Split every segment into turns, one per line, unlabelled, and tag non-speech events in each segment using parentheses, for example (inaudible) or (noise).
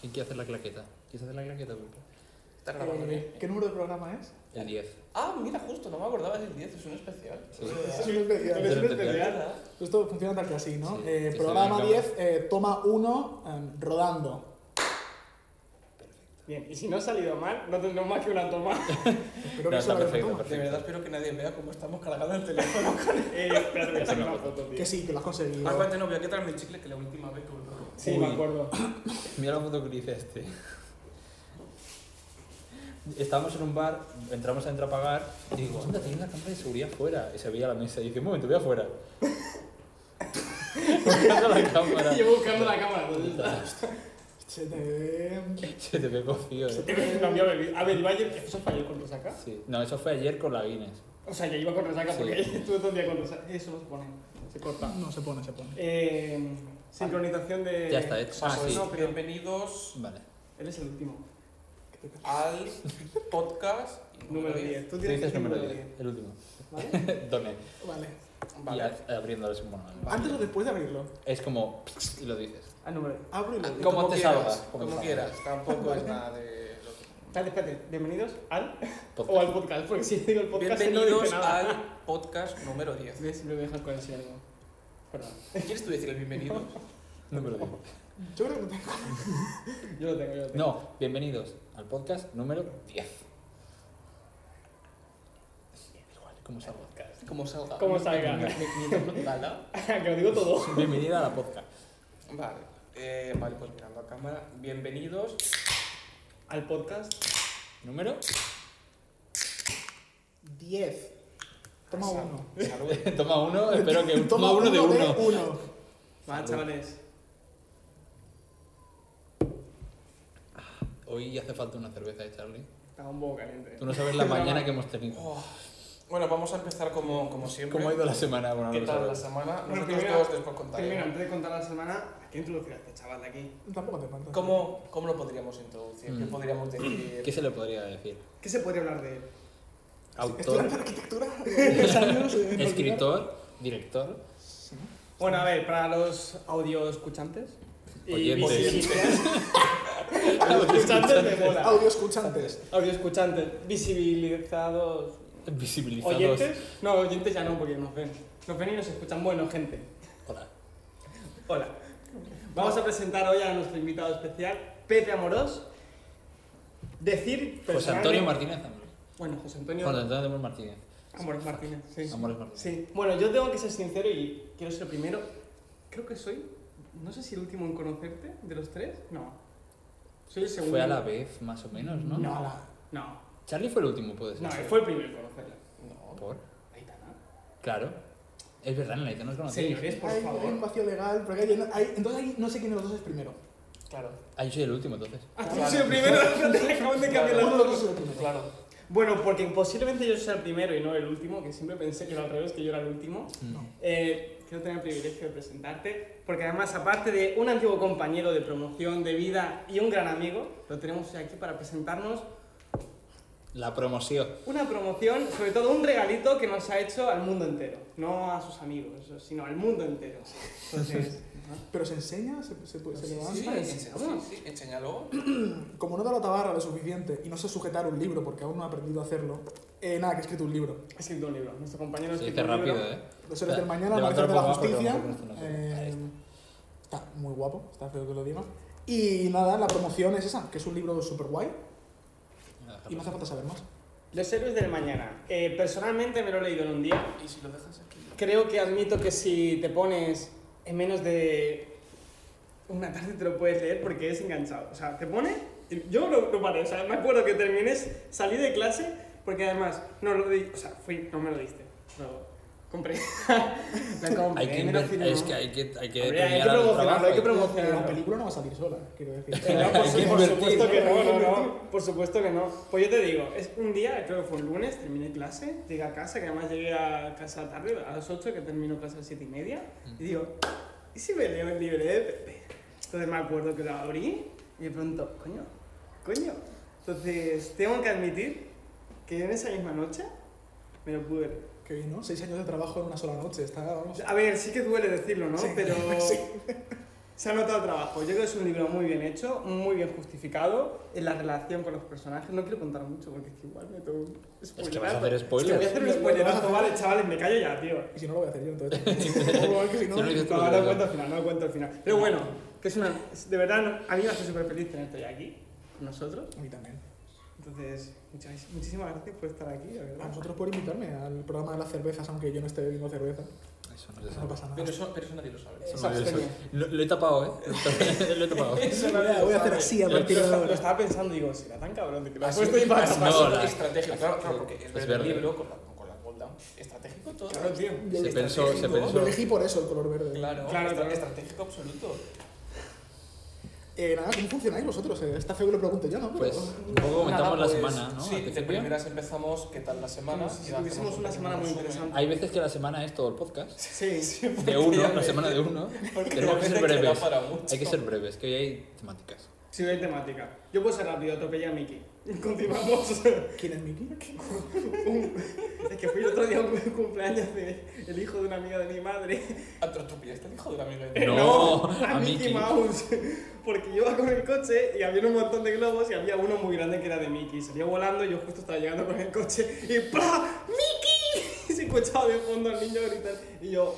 ¿Quién quiere hacer la claqueta? ¿Quieres hacer la claqueta, Pulpo?
Está grabando bien.
Eh, ¿Qué número de programa es?
El 10.
Ah, mira, justo, no me acordaba del 10, es un especial.
Pues Sí.
Es un especial,
Es un
es un
especial.
especial. Esto funciona tal que así, ¿no?
Sí,
Eh,
estoy
programa
viendo la
10, eh, toma 1, rodando.
Bien, y si no ha salido mal, no tendremos más que una toma.
Pero
No,
que
está
solo
perfecto,
toma.
De verdad espero que nadie vea cómo estamos cargando el (laughs) teléfono con él.
eh, espérate, voy a sacar una foto, tío.
Que sí, que lo has conseguido.
Ah, espérate, no, voy a quitarme el chicle que la última vez que volví.
Sí,
Uy.
me acuerdo.
Mira la foto que hice este. (laughs) Estábamos en un bar, entramos a entrar a pagar y digo, anda, tiene la cámara de seguridad fuera. Y se veía la mesa y dice, un momento, voy afuera. (laughs) Buscando la cámara.
Llevo buscando la cámara, ¿dónde está?
Se te ve.
(laughs) Se te pegó fío, eh.
Cambió a bebi- a ver, iba ayer. ¿Eso fue ayer con resaca?
Sí. No, eso fue ayer con la Guinness.
O sea, ya iba con resaca
Sí.
porque (laughs) estuve todo el día con resaca. Eso no se pone, se corta.
No, se pone, se pone.
Eh, sincronización de.
Ya está hecho. Ah,
Pues
sí.
no, bienvenidos
Vale.
Él es el último.
al podcast
Número 10. Tú
Tú
tienes
dices
el
número 10, el último.
¿Vale?
(laughs) Doné.
Vale.
Y
Vale.
a- abriéndolo es un manual.
¿Antes o después de abrirlo?
Es como y lo dices.
Al número 10.
Abro y lo
¿Cómo? te
quieras,
salgas, como
Ah, Como,
te
quieras,
salgas.
tampoco es nada de lo que...
Espérate, espérate. Bienvenidos al.
Podcast.
O al podcast, porque si digo el podcast. él no
Bienvenidos
dice nada.
al podcast número 10.
Ves, Siempre me dejas con ese algo. Perdón.
¿Quieres tú decir el bienvenido?
Número 10.
Yo creo que lo tengo.
Yo lo tengo, yo lo tengo.
No, bienvenidos al podcast número 10. Igual, ¿cómo se llama?
Como salga.
Como salga.
Mi- mi- mi- mi- Gala.
(laughs) que lo digo todo.
Bienvenida a la podcast.
Vale. Eh, vale, pues mirando a cámara. Bienvenidos
Al podcast.
Número
10. Toma
Sal-
1.
Salud.
Toma uno, espero
(laughs)
que un toma uno de
uno. eh.
uno.
uno.
Vale, chavales.
Hoy hace falta una cerveza, ¿eh, Charlie.
Está un poco caliente.
Tú no sabes la mañana que hemos tenido.
Oh. Bueno, vamos a empezar como, como siempre.
¿Cómo ha ido la semana? Bueno, no
¿Qué
lo
tal la
sabes.
semana?
Bueno,
Nosotros
primero-
todos después
¿eh?
Primero,
contaremos.
antes de contar la semana, hay que introducir a este chaval de aquí.
Tampoco te falta.
¿Cómo, ¿Cómo lo podríamos introducir? ¿Qué
Mm.
podríamos decir?
¿Qué se le podría decir?
¿Qué se podría hablar de él?
Autor,
¿Estudiante de arquitectura? (laughs) ¿Tres años? eh,
escritor, director.
Bueno, a ver, para los audio escuchantes.
Oyentes. (laughs)
(laughs) audio escuchantes me mola.
Audio escuchantes.
Audio escuchantes. Visibilizados.
Visibilizados.
¿Oyentes? No, oyentes ya no, porque nos ven. Nos ven y nos escuchan. Bueno, gente.
Hola.
Hola. Vamos a presentar hoy a nuestro invitado especial, Pepe Amorós. Decir.
José
personalmente-
Antonio Martínez. Amores.
Bueno, José Antonio.
José Antonio de Martínez.
Amorós Martínez. Sí.
Amores Martínez.
Sí. Bueno, yo tengo que ser sincero y quiero ser el primero. Creo que soy. No sé si el último en conocerte de los tres. No. Soy el segundo.
Fue a la vez, más o menos, ¿no?
No.
Ala.
No.
Charlie fue el último, puede ser.
No, él fue el primero en conocerla.
Mm.
No.
¿Por?
Aitana.
Claro. Es verdad, en la Aitana nos conocéis.
Señores, por
Hay hay un
favor.
vacío legal, porque hay, hay- entonces ahí no sé quién de los dos es primero.
Claro.
Ah, yo soy el último, entonces.
Ah, tú soy
(laughs)
el primero. Te acaban de cambiar
Uno
las
de los dos
dos.
es el primero.
Claro.
Bueno, porque posiblemente yo sea el primero y no el último, que siempre pensé que era al revés, que yo era el último.
No.
Eh, quiero tener el privilegio de presentarte, porque además, aparte de un antiguo compañero de promoción, de vida y un gran amigo, lo tenemos hoy aquí para presentarnos
La promoción.
una promoción, sobre todo un regalito que nos ha hecho al mundo entero. No a sus amigos, sino al mundo entero. Entonces,
Pero se enseña, se, se, se
Sí,
levanta.
sí, sí,
enséñalo.
enséñalo. Sí, sí, enséñalo.
Como no da la tabarra lo suficiente y no sé sujetar un libro porque aún no he aprendido a hacerlo, eh, nada, que he escrito un libro.
ha escrito un libro. Nuestro compañero ha
Se dice
escrito un
rápido,
libro.
¿eh?
Profesores del
Espera,
mañana,
levanta
Maestros de
un
la
poco abajo,
justicia.
levanta un poco abajo.
eh,
Ahí está.
está muy guapo, está feo que lo diga. Y nada, la promoción es esa, que es un libro súper guay y no hace falta saber más.
Los héroes del mañana. Eh, personalmente me lo he leído en un día.
Y si lo dejas aquí.
Creo que admito que si te pones en menos de una tarde te lo puedes leer porque es enganchado. O sea, te pone... Yo no, no paré. O sea, me acuerdo que terminé, salí de clase porque además no lo di... O sea, fui, no me lo diste. Lo compré. (laughs) lo compré.
Hay que
me lo
inver-
firmó.
Es que hay que, hay que
Hombre, hay que
premiar al
promocionarlo,
trabajo.
hay que
Pero
promocionarlo.
La película no va a salir sola, quiero decir.
Eh, (laughs) no, por,
Hay
su-
que
por
invertir,
supuesto que no,
hay que
no, no,
invertir.
por supuesto que no. Pues yo te digo, es un día, creo que fue un lunes, terminé clase, llegué a casa, que además llegué a casa tarde, a las 8, que termino clase a las 7 y media, y digo, ¿y si me leo el libro de Pepe? Entonces me acuerdo que lo abrí y de pronto, coño, coño. Entonces tengo que admitir que en esa misma noche me lo pude leer.
Qué bien, ¿no? Seis años de trabajo en una sola noche, está, vamos.
A ver, (laughs) sí que duele decirlo, ¿no? Pero. Se ha notado el trabajo. Yo creo que es un libro muy bien hecho, muy bien justificado en la relación con los personajes. No quiero contar mucho porque es que igual me tengo
Es que vas a hacer spoilers.
voy a hacer un spoilerazo, vale, chavales, me callo ya, tío.
Y si no lo voy a hacer yo, entonces. Porque si no,
Si no, yo-
No, no lo cuento al final, no lo cuento al final. Pero bueno, que es una. es- De verdad, no- a mí me hace súper feliz tenerte ya aquí, con nosotros.
A mí también.
Entonces, muchas, muchísimas gracias por estar aquí, de
A
verdad.
vosotros por invitarme al programa de las cervezas, aunque yo no esté bebiendo cerveza. pues
Eso no se
No
sabe.
Ah.
pasa nada.
Pero
(laughs)
eso, pero eso nadie lo sabe.
Eso no
Eso
se
es
sabe.
genial.
Lo, lo he tapado, ¿eh? (laughs) Lo he tapado.
Eso
Lo voy a hacer así a partir de
Lo, lo
ahora.
estaba Ah, pensando y digo, será tan cabrón de que lo has
Así-
puesto y para
así-
No,
así
la-
estratégico. Claro, claro, porque
es
es verdad
verde.
el libro con la, con la gold down. Estratégico todo.
Claro, tío.
Yo
Se
lo-
pensó, se
Lo
pensó.
elegí por eso, el color verde.
Claro,
Claro,
estra-
claro.
estratégico absoluto.
Eh, nada, ¿cómo funcionáis vosotros? Eh, Está feo que lo pregunte yo, ¿no? Pero-
Pues un poco comentamos la
pues,
semana, ¿no?
Sí,
Al
de
principio.
primeras empezamos qué tal la semana.
Como si
y hacemos
tuviésemos
un
una
pequeño
semana muy
resumen.
interesante.
Hay veces que la semana es todo el podcast.
Sí, sí.
De
Porque
uno,
ya
la
me-
semana de uno. Tenemos
Porque
que
realmente
ser
queda
breves.
para mucho.
Hay que ser breves, que hoy hay temáticas.
Siguiente temática. Yo puedo ser rápido, atropellé a Miki. (laughs) Continuamos. (laughs)
¿Quién es Miki?
es que fui el otro día a un cumpleaños del hijo de una amiga de mi madre.
¿Atropellaste al hijo de la amiga
(laughs)
de
No.
(laughs) a,
a
Mickey
Mickey.
Mouse. Porque yo iba con el coche y había un montón de globos y había uno muy grande que era de Mickey. Salía volando y yo justo estaba llegando con el coche y ¡Pra! ¡Mickey! (laughs) Y se escuchaba de fondo al niño gritar. Y yo,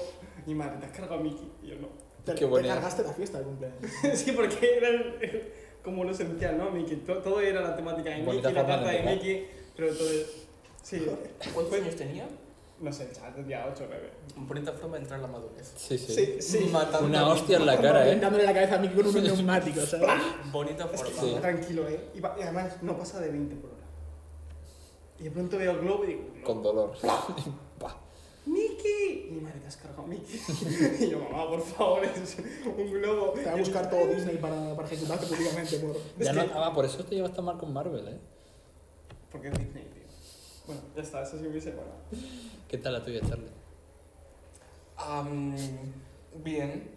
mi madre, ¿te has cargado a Mickey? Y yo no.
Te,
Qué
te
buena.
cargaste la fiesta de cumpleaños.
(laughs) sí, porque era el- como lo sentía, ¿no? Mickey. To- Todo, era la temática de
Bonita
Mickey, la
forma de
tarta de,
empezar.
Mickey. Pero entonces, sí,
¿Cuántos años tenía?
no sé, chaval, tendría 8 o 9.
Una bonita forma de entrar a la madurez.
Sí, sí.
Sí, sí.
Matando
Una hostia en la cara, ¿eh?
Dándole la cabeza a Miki con
(laughs)
un neumático, ¿sabes?
Bonita forma.
Sí.
Tranquilo, ¿eh? Y, va- y además no pasa de 20 por hora. Y de pronto veo el globo y digo, no.
Con dolor.
¡Mickey! Mi madre, te has cargado a Mickey. (laughs) y yo, mamá, por favor, es un globo.
Te va a buscar todo Disney para, para ejecutarte públicamente por...
Ya
Es
no,
que-
ah, por eso te llevas tan mal con Marvel, ¿eh?
Porque es Disney, tío. Bueno, ya está, eso sí me hubiese molado.
¿Qué tal la tuya, Charlie?
Am, bien.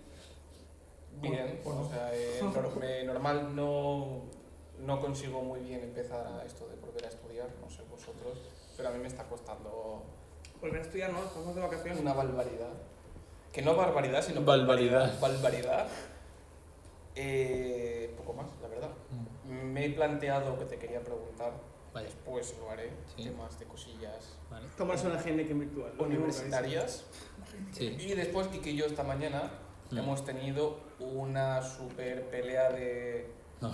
Bien.
Bueno,
O sea, eh, nor- me- normal no, no consigo muy bien empezar a esto de volver a estudiar, no sé vosotros, pero a mí me está costando
Volver a estudiar, ¿no? Estamos de vacaciones.
una barbaridad. Que no barbaridad, sino
Barbaridad.
Barbaridad. Eh, poco más, la verdad. Me he planteado que te quería preguntar,
Mm, Vaya,
pues lo haré,
Sí.
temas de cosillas
vale.
Tomarse una agenda que virtual. lo mismo que
universitarias.
Sí.
Y después Kiki y yo esta mañana
Mm.
hemos tenido una super pelea de,
No.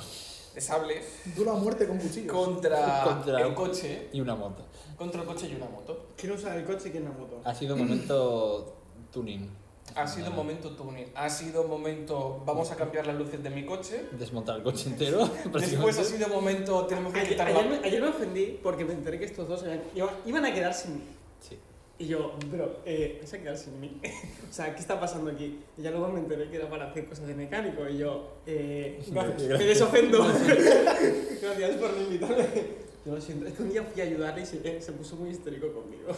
de sables
Dura muerte con cuchillos.
contra,
Contra
el
un-
coche,
Y una moto.
contra el coche y una moto.
avisa. ¿Quién usa el coche y quién la moto?
Ha sido momento tuning.
Ha sido momento tuning, ha sido momento vamos a cambiar las luces de mi coche.
Desmontar el coche entero.
Después
prácticamente.
(laughs) ha sido momento tenemos que
Ayer,
quitar
ayer
la...
me, ayer me ofendí porque me enteré que estos dos eran- iba- iban a quedar sin mí.
Sí.
Y yo, pero, eh, ¿vais a quedar sin mí? (laughs) o sea, ¿qué está pasando aquí? Y ya luego me enteré que era para hacer cosas de mecánico. Y yo, eh, gracias, me desofendo. (laughs) gracias por no invitarme. Yo lo siento, es que un día fui a ayudarle y se, eh, se puso muy histérico conmigo. (laughs)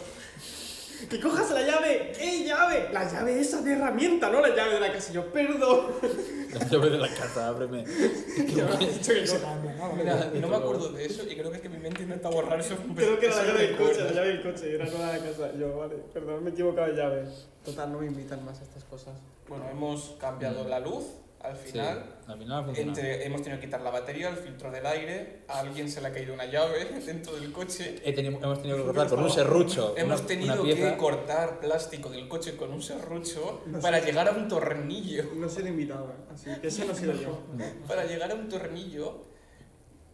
¡Que cojas la llave! ¡Qué llave! La llave esa de herramienta, no la llave de la casa. Y yo, perdón. (laughs)
La llave de la casa, ábreme.
Yo me has dicho que
Y
no.
se cambia, ¿no? Vale,
(laughs) Mira,
vale.
no me acuerdo de eso y creo que es que mi mente intenta borrar esos
Creo que Pues era
esos
la llave del coche, la
recuerdos.
llave del coche, era toda la casa. Yo, vale, perdón, me he equivocado de llave. Total, no me invitan más a estas cosas.
Bueno, hemos cambiado la luz al
Sí,
final.
al final ha funcionado.
Entre- hemos tenido que quitar la batería, el filtro del aire, a alguien se le ha caído una llave (laughs) dentro del coche.
He teni- hemos tenido que cortar con un serrucho. una-
Hemos
una
tenido
pieza.
que cortar plástico del coche con un serrucho para llegar a un tornillo. (laughs)
No soy el invitado, ¿eh? así que eso no he sido yo.
Para llegar a un tornillo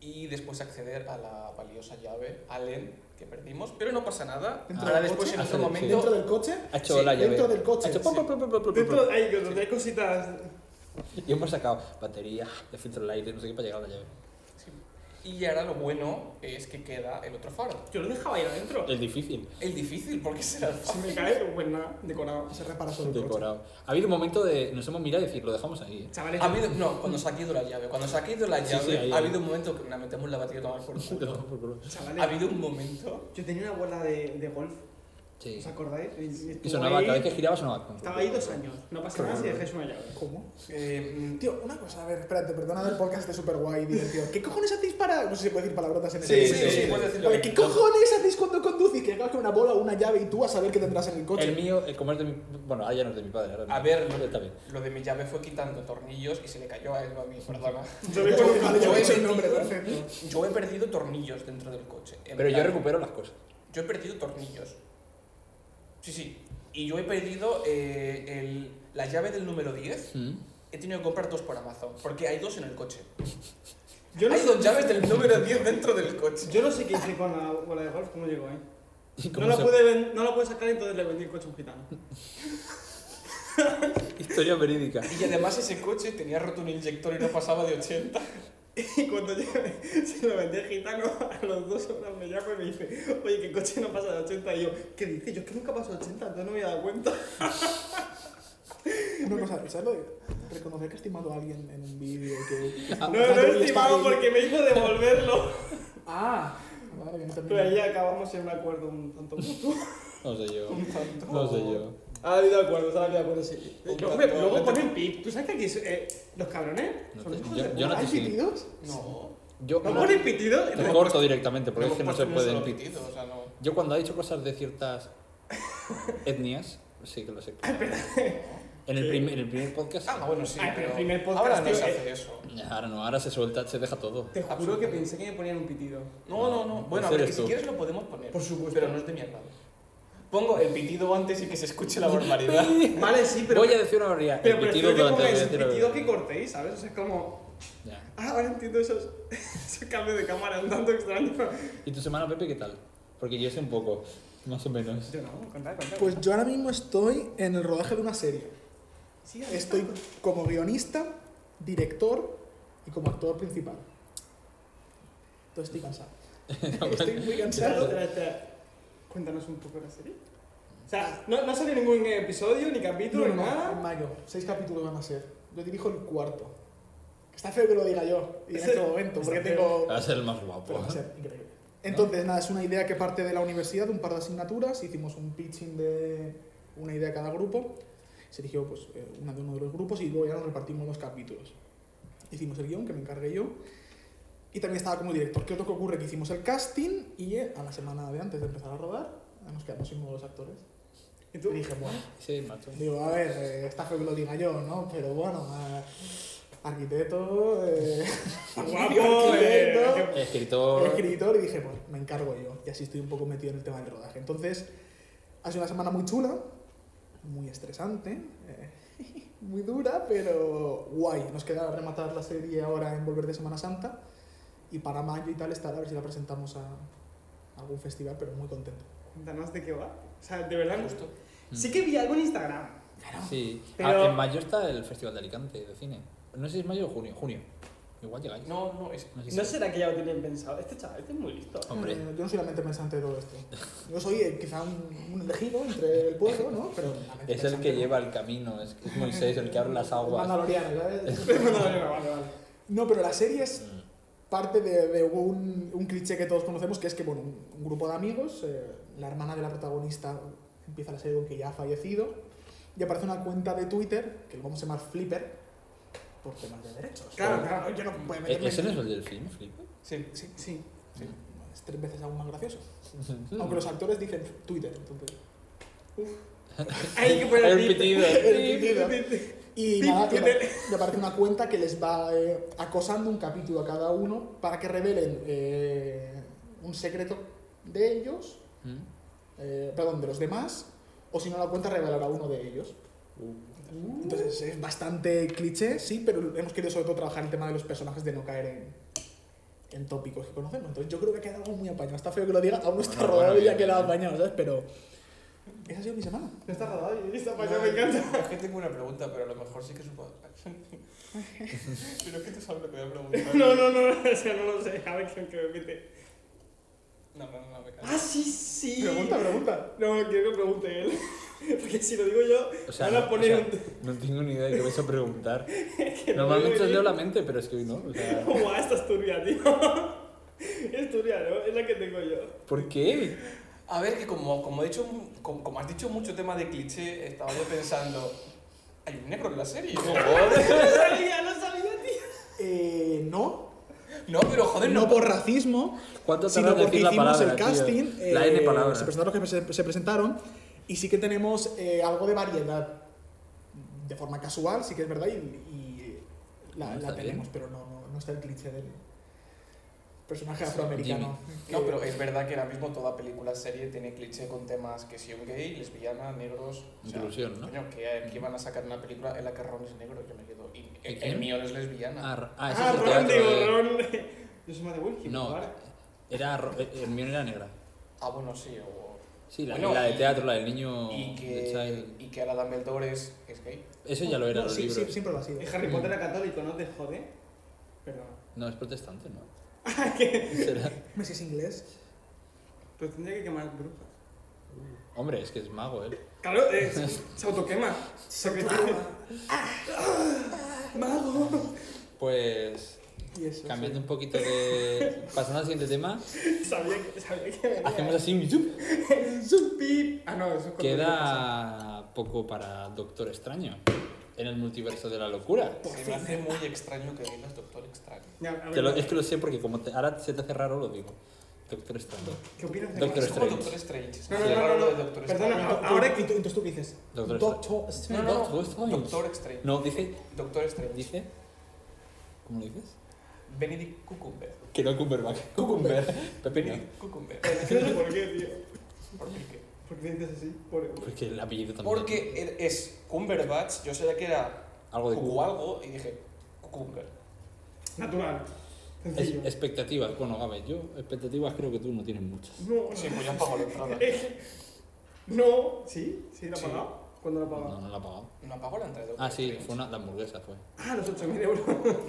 y después acceder a la valiosa llave Allen que perdimos, pero no pasa nada.
Dentro
Ahora
del
después
coche,
en otro
hacer-
Dentro
momento.
del coche,
Ha hecho
Sí,
la llave.
dentro del coche,
Ah, Ha hecho
sí.
pum, pum, pum, pum, pum, pum,
Dentro
pum.
hay, hay cositas.
Y hemos sacado batería, de filtro del aire, no sé qué, para llegar a la llave.
Sí. Y ahora lo bueno es que queda el otro faro.
Yo lo dejaba ahí adentro.
Es difícil,
El difícil, porque será el
Si
faro.
me cae, pues nada, decorado.
se repara solo el coche.
decorado. Ha habido un momento de. Nos hemos mirado y decir, lo dejamos ahí. ¿eh?
Chavales,
Ha habido- no, cuando se ha caído la llave. Cuando se ha caído la
Sí,
llave,
sí, ahí,
ha
ahí.
habido un momento que la metemos en la batería a tomar por
Lo
culo.
dejamos por culo.
chavales,
Ha habido un momento
yo tenía una bola de, de golf
Sí.
¿Os acordáis? Y- Y,
Y
estuvo
sonaba,
ahí-
cada vez que giraba sonaba. pum, pum,
Estaba ahí
pum.
dos años. No pasa nada si dejéis una llave.
¿Cómo?
Eh,
Tío, una cosa, a ver, espérate, perdona del podcast este de super guay, divertido. ¿Qué cojones hacéis para.? No sé si puedo decir palabrotas en el
sí, sí,
sí,
sí,
sí.
puedes decirlo.
Vale, ¿qué cojones hacéis cuando conducís? Que hagas con una bola o una llave y tú a saber qué tendrás en el coche.
El mío, eh, como es de mi. Bueno, ahora ya no es de mi padre. Ahora
A ver,
no, está bien.
Lo de mi llave fue quitando tornillos y se le cayó a él, no a mí, perdona.
Yo
Vale, (laughs)
me
yo
acuerdo-
he hecho el
Yo he
nombre,
metido-
perfecto.
Yo he perdido tornillos dentro del coche. En
Pero yo
plan,
recupero las cosas.
Yo he perdido tornillos. Sí, sí. Y yo he perdido eh, el- la llave del número 10. He tenido que comprar dos por Amazon, porque hay dos en el coche.
Yo no,
hay
sé,
dos llaves del número 10 dentro del coche.
yo no sé qué hice con la bola de golf, cómo llegó ahí.
(laughs) ¿Y
No
cómo
la,
se-
pude ven- no la pude sacar, entonces le vendí el coche a un gitano.
Historia verídica.
Y además ese coche tenía roto un inyector y no pasaba de 80.
(laughs) Y cuando yo se lo vendí al gitano, a los dos horas me llama y me dice, oye, que el coche no pasa de 80. Y yo, ¿qué dices? Yo es que nunca paso de 80, entonces no me había dado cuenta.
Una cosa, ¿sabes lo de reconocer que he estimado a alguien en un vídeo? Que...
No, no he estimado porque me hizo devolverlo.
Ah, vale, que no te
(laughs) Pero ahí acabamos en un acuerdo un tanto mutuo. (laughs)
No sé yo.
Un tanto.
No sé yo.
Ha habido acuerdos, ha habido acuerdos, sí.
Un
Eh, Yo- hombre,
tanto,
luego
vete.
ponen pip. ¿Tú sabes que aquí eh, los cabrones
No
son
te-
hijos
yo- yo
de
no
puta?
¿Hay
te sigo.
pitidos?
No.
Yo
¿No
una-
ponen pitido?
te corto directamente porque es que no
hemos
se
puesto ni un
pueden
solo
pit-
pitido, o sea, no.
Yo cuando ha dicho cosas de ciertas etnias, sí que lo sé. En el, prim- en el primer podcast.
Ah, bueno, sí.
Ay, pero el primer podcast,
ahora no
tío,
se
eh.
hace eso.
Ahora no, ahora se suelta, se deja todo.
Te juro que pensé que me ponían un pitido.
No, no, no. Bueno, a ver,
Eres
que si
tú.
quieres lo podemos poner.
Por supuesto.
Pero no es de mi agrado. Pongo el pitido antes y que se
(laughs)
escuche la barbaridad.
Vale, sí, pero.
Voy a decir una barbaridad.
Pero
el
prefiero
pitido
que
durante
pongáis
voy a decir
el
una
pitido que
barbaridad.
cortéis, ¿sabes? O sea, es como.
Ya.
Ah, ahora entiendo esos, (laughs) esos cambios de cámara un tanto extraño.
¿Y tu semana, Pepe, qué tal? Porque yo sé un poco, más o menos.
Yo no, contad, contad.
Pues yo ahora mismo estoy en el rodaje de una serie.
sí, ahí está.
Estoy como guionista, director y como actor principal. Entonces estoy cansado. Estoy muy
Espera,
cansado.
espera, espera. Cuéntanos un poco la serie. O sea, no, no sale ningún episodio, ni capítulo,
No,
ni
no, no, en
nada.
mayo. Seis capítulos van a ser. Yo dirijo el cuarto. Está feo que lo diga yo y en este momento, porque
Está
tengo.
Va a ser el más
Pero
guapo.
va a ser increíble. Entonces, nada, es una idea que parte de la universidad, un par de asignaturas, hicimos un pitching de una idea a cada grupo, se eligió pues, eh, una de uno de los grupos y luego ya nos repartimos los capítulos. Hicimos el guión, que me encargué yo, y también estaba como director. ¿Qué es lo que ocurre? Que hicimos el casting y eh, a la semana de antes de empezar a rodar eh, nos quedamos sin uno de los actores.
¿Y
Y
tú?
dije, bueno,
Sí, macho.
digo, a ver, eh, está feo que lo diga yo, ¿no? Pero bueno, eh, arquitecto, eh, (laughs)
Guapo,
arquitecto,
eh.
Escritor.
escritor y dije, pues me encargo yo. Y así estoy un poco metido en el tema del rodaje. Entonces, ha sido una semana muy chula, muy estresante, eh, (laughs) muy dura, pero guay. Nos queda rematar la serie ahora en Volver de Semana Santa y para mayo y tal estará, a ver si la presentamos a algún festival, pero muy contento.
Cuéntanos de qué va. O sea, de verdad,
Justo.
Mm.
Sí que vi algo en Instagram.
Sí.
Pero-
Ah, en mayo está el Festival de Alicante de cine. No sé si es mayo o junio. Junio. Igual llegáis.
No, no, es.
No sé si-
¿No será que ya lo tenían pensado? Este chaval este es muy
(laughs)
listo. (laughs)
Hombre.
Eh, yo no soy la mente pensante de todo esto. Yo soy eh, quizá un, un elegido entre el pueblo, ¿no? Pero la mente
Es el que
pensante no.
lleva el camino, es, es Moisés el que abre las
El
aguas.
mandaloriano, ¿sabes? (laughs)
Pero no, no, no, vale,
(laughs)
vale.
No, pero la serie es
Mm.
parte de, de un, un cliché que todos conocemos, que es que bueno, un, un grupo de amigos, eh, la hermana de la protagonista empieza la serie con que ya ha fallecido, y aparece una cuenta de Twitter, que lo vamos a llamar Flipper, por temas de derechos.
Claro, claro,
yo no puedo
¿E-
meterme
¿Ese no
en-
es el del film, Felipe?
Sí.
Sí,
Sí.
sí.
es tres veces aún más gracioso.
Mm.
Aunque los actores dicen Twitter, entonces...
Hay que poner
El
(laughs)
pitido.
(laughs)
El pitido.
pitido.
Y
Pip,
nada, y
Twitter.
apar- (laughs) y aparece una cuenta que les va eh, acosando un capítulo a cada uno para que revelen eh, un secreto de ellos
Mm.
eh, perdón, de los demás, o si no la cuenta revelará uno de ellos.
Mm. Uh.
Entonces es bastante cliché, sí, pero hemos querido sobre todo trabajar el tema de los personajes de no caer en, en tópicos que conocemos. Entonces yo creo que ha quedado algo muy apañado. Está feo que lo diga, aún no está
Bueno,
rodado
bueno,
y ya ha
bien,
quedado
bien.
apañado, ¿sabes? Pero esa ha sido mi semana.
No está rodado y está para allá, Pues me encanta.
Es que tengo una pregunta, pero a lo mejor sí
(laughs)
que supongo. pero es que tú sabes lo que voy a preguntar.
(laughs) (laughs) No, no, no, o sea, no lo sé. A ver quién que me pite.
No, no, no, no, me callo.
Ah, sí, sí.
Pregunta, pregunta.
No, quiero que pregunte él. (laughs) Porque si lo digo yo,
O sea,
van a
no,
poner
o sea,
un. (laughs)
No tengo ni idea de qué vais a preguntar.
que (laughs) no "Ah,
Normalmente
me-
os leo la mente, pero es que hoy no. o sea,
(laughs) Guau, esta es turbia, tío. Es turbia, ¿no? Es la que tengo yo. (laughs)
¿Por qué?
A ver, que como, como, he dicho, como, como has dicho mucho tema de cliché, estaba yo pensando. Hay un negro en
(laughs)
la serie.
No sabía, no sabía, tío.
Eh, no,
No, pero joder,
no
no.
por racismo,
¿Cuánto
sino
tardas en
porque
decir la
hicimos
palabra,
el
tío?
casting, eh,
La N palabra.
se presentaron los que se, se presentaron y sí que tenemos eh, algo de variedad de forma casual, sí que es verdad y, y, eh,
No,
la,
está
la
bien.
tenemos, pero no, no, no está el cliché del personaje afroamericano. Eh, que-
No, pero es verdad que ahora mismo toda película, serie, tiene cliché con temas que si un gay, lesbiana, negros... o sea,
Inclusión, ¿no?
Coño, que, que van a sacar una película en la que Ron es negro, yo me quedo... Y, el,
quién?
mío es lesbiana.
Ah, ah, ese
Ah,
es el
Ron,
teatro
digo,
de-
Ron. (laughs) Yo soy más de Wilkin,
No.
¿vale?
Era, ro- eh, Hermione era negra.
Ah, bueno, sí, o...
Sí, la,
Bueno,
la de
y-
teatro, la del niño. de
Y que,
Child.
y que Alan Dumbledore es, es gay.
Eso ya lo era,
No,
los
sí, sí,
libros.
siempre lo ha sido.
Y
Mm.
Harry Potter era católico, no te jode. Pero.
No, es protestante, ¿no? ¿Será?
Messi es inglés.
Pues tendría que quemar brujas.
Hombre, es que es mago, él.
Claro, eh, se- se autoquema. Se ¡Ah!
Pues.
Y
(laughs)
eso,
Cambiando un poquito de. Pasando al siguiente tema,
Sabía que, sabía
(laughs)
que venía.
hacemos así un zoom.
Zup, pip. Ah, no, eso es cuando pasa.
Queda poco para Doctor Extraño en el multiverso de la locura.
Se me hace muy extraño que él es Doctor Extraño.
Ya, a
Te
ver,
lo- es que lo sé porque como te- ahora se te hace raro, lo digo. Doctor Extraño.
¿Qué opinas de
Doctor
Es como
Strange.
Doctor Strange. es
No,
muy
no, no,
raro
no,
lo
no.
de Doctor
Perdona,
Strange.
Do-
ahora-
Doctor- ¿y tú, entonces tú qué dices?
Doctor
No, no,
Strange.
no,
Doctor Strange.
Doctor Strange.
No, dice.
Doctor Strange.
Dice. ¿Cómo lo dices?
Benedict Cucumber.
Que no Cumberbatch. Cucumber. Pepe no.
Benedict Cucumber.
No sé por qué, tío.
¿Por qué?
¿Por qué dices así? Por...
Porque Pues el apellido también.
Porque él es Cumberbatch, yo sabía que era
Algo de
Cucu
Cuba.
algo y dije Cucumber.
Natural.
Es-
Sencillo.
expectativas. Bueno, a ver, yo expectativas creo que tú no tienes muchas.
No,
Sí, pues ya pago la
(laughs)
entrada.
no. ¿Sí? ¿Sí la ha
Sí.
pagado? ¿Cuándo la ha pagado?
No, no la ha pagado.
No pago la entrada. de
Ah,
Doctor
sí,
Strange.
fue una la hamburguesa, fue.
Ah, los 8.000 euros.
Porque
Ya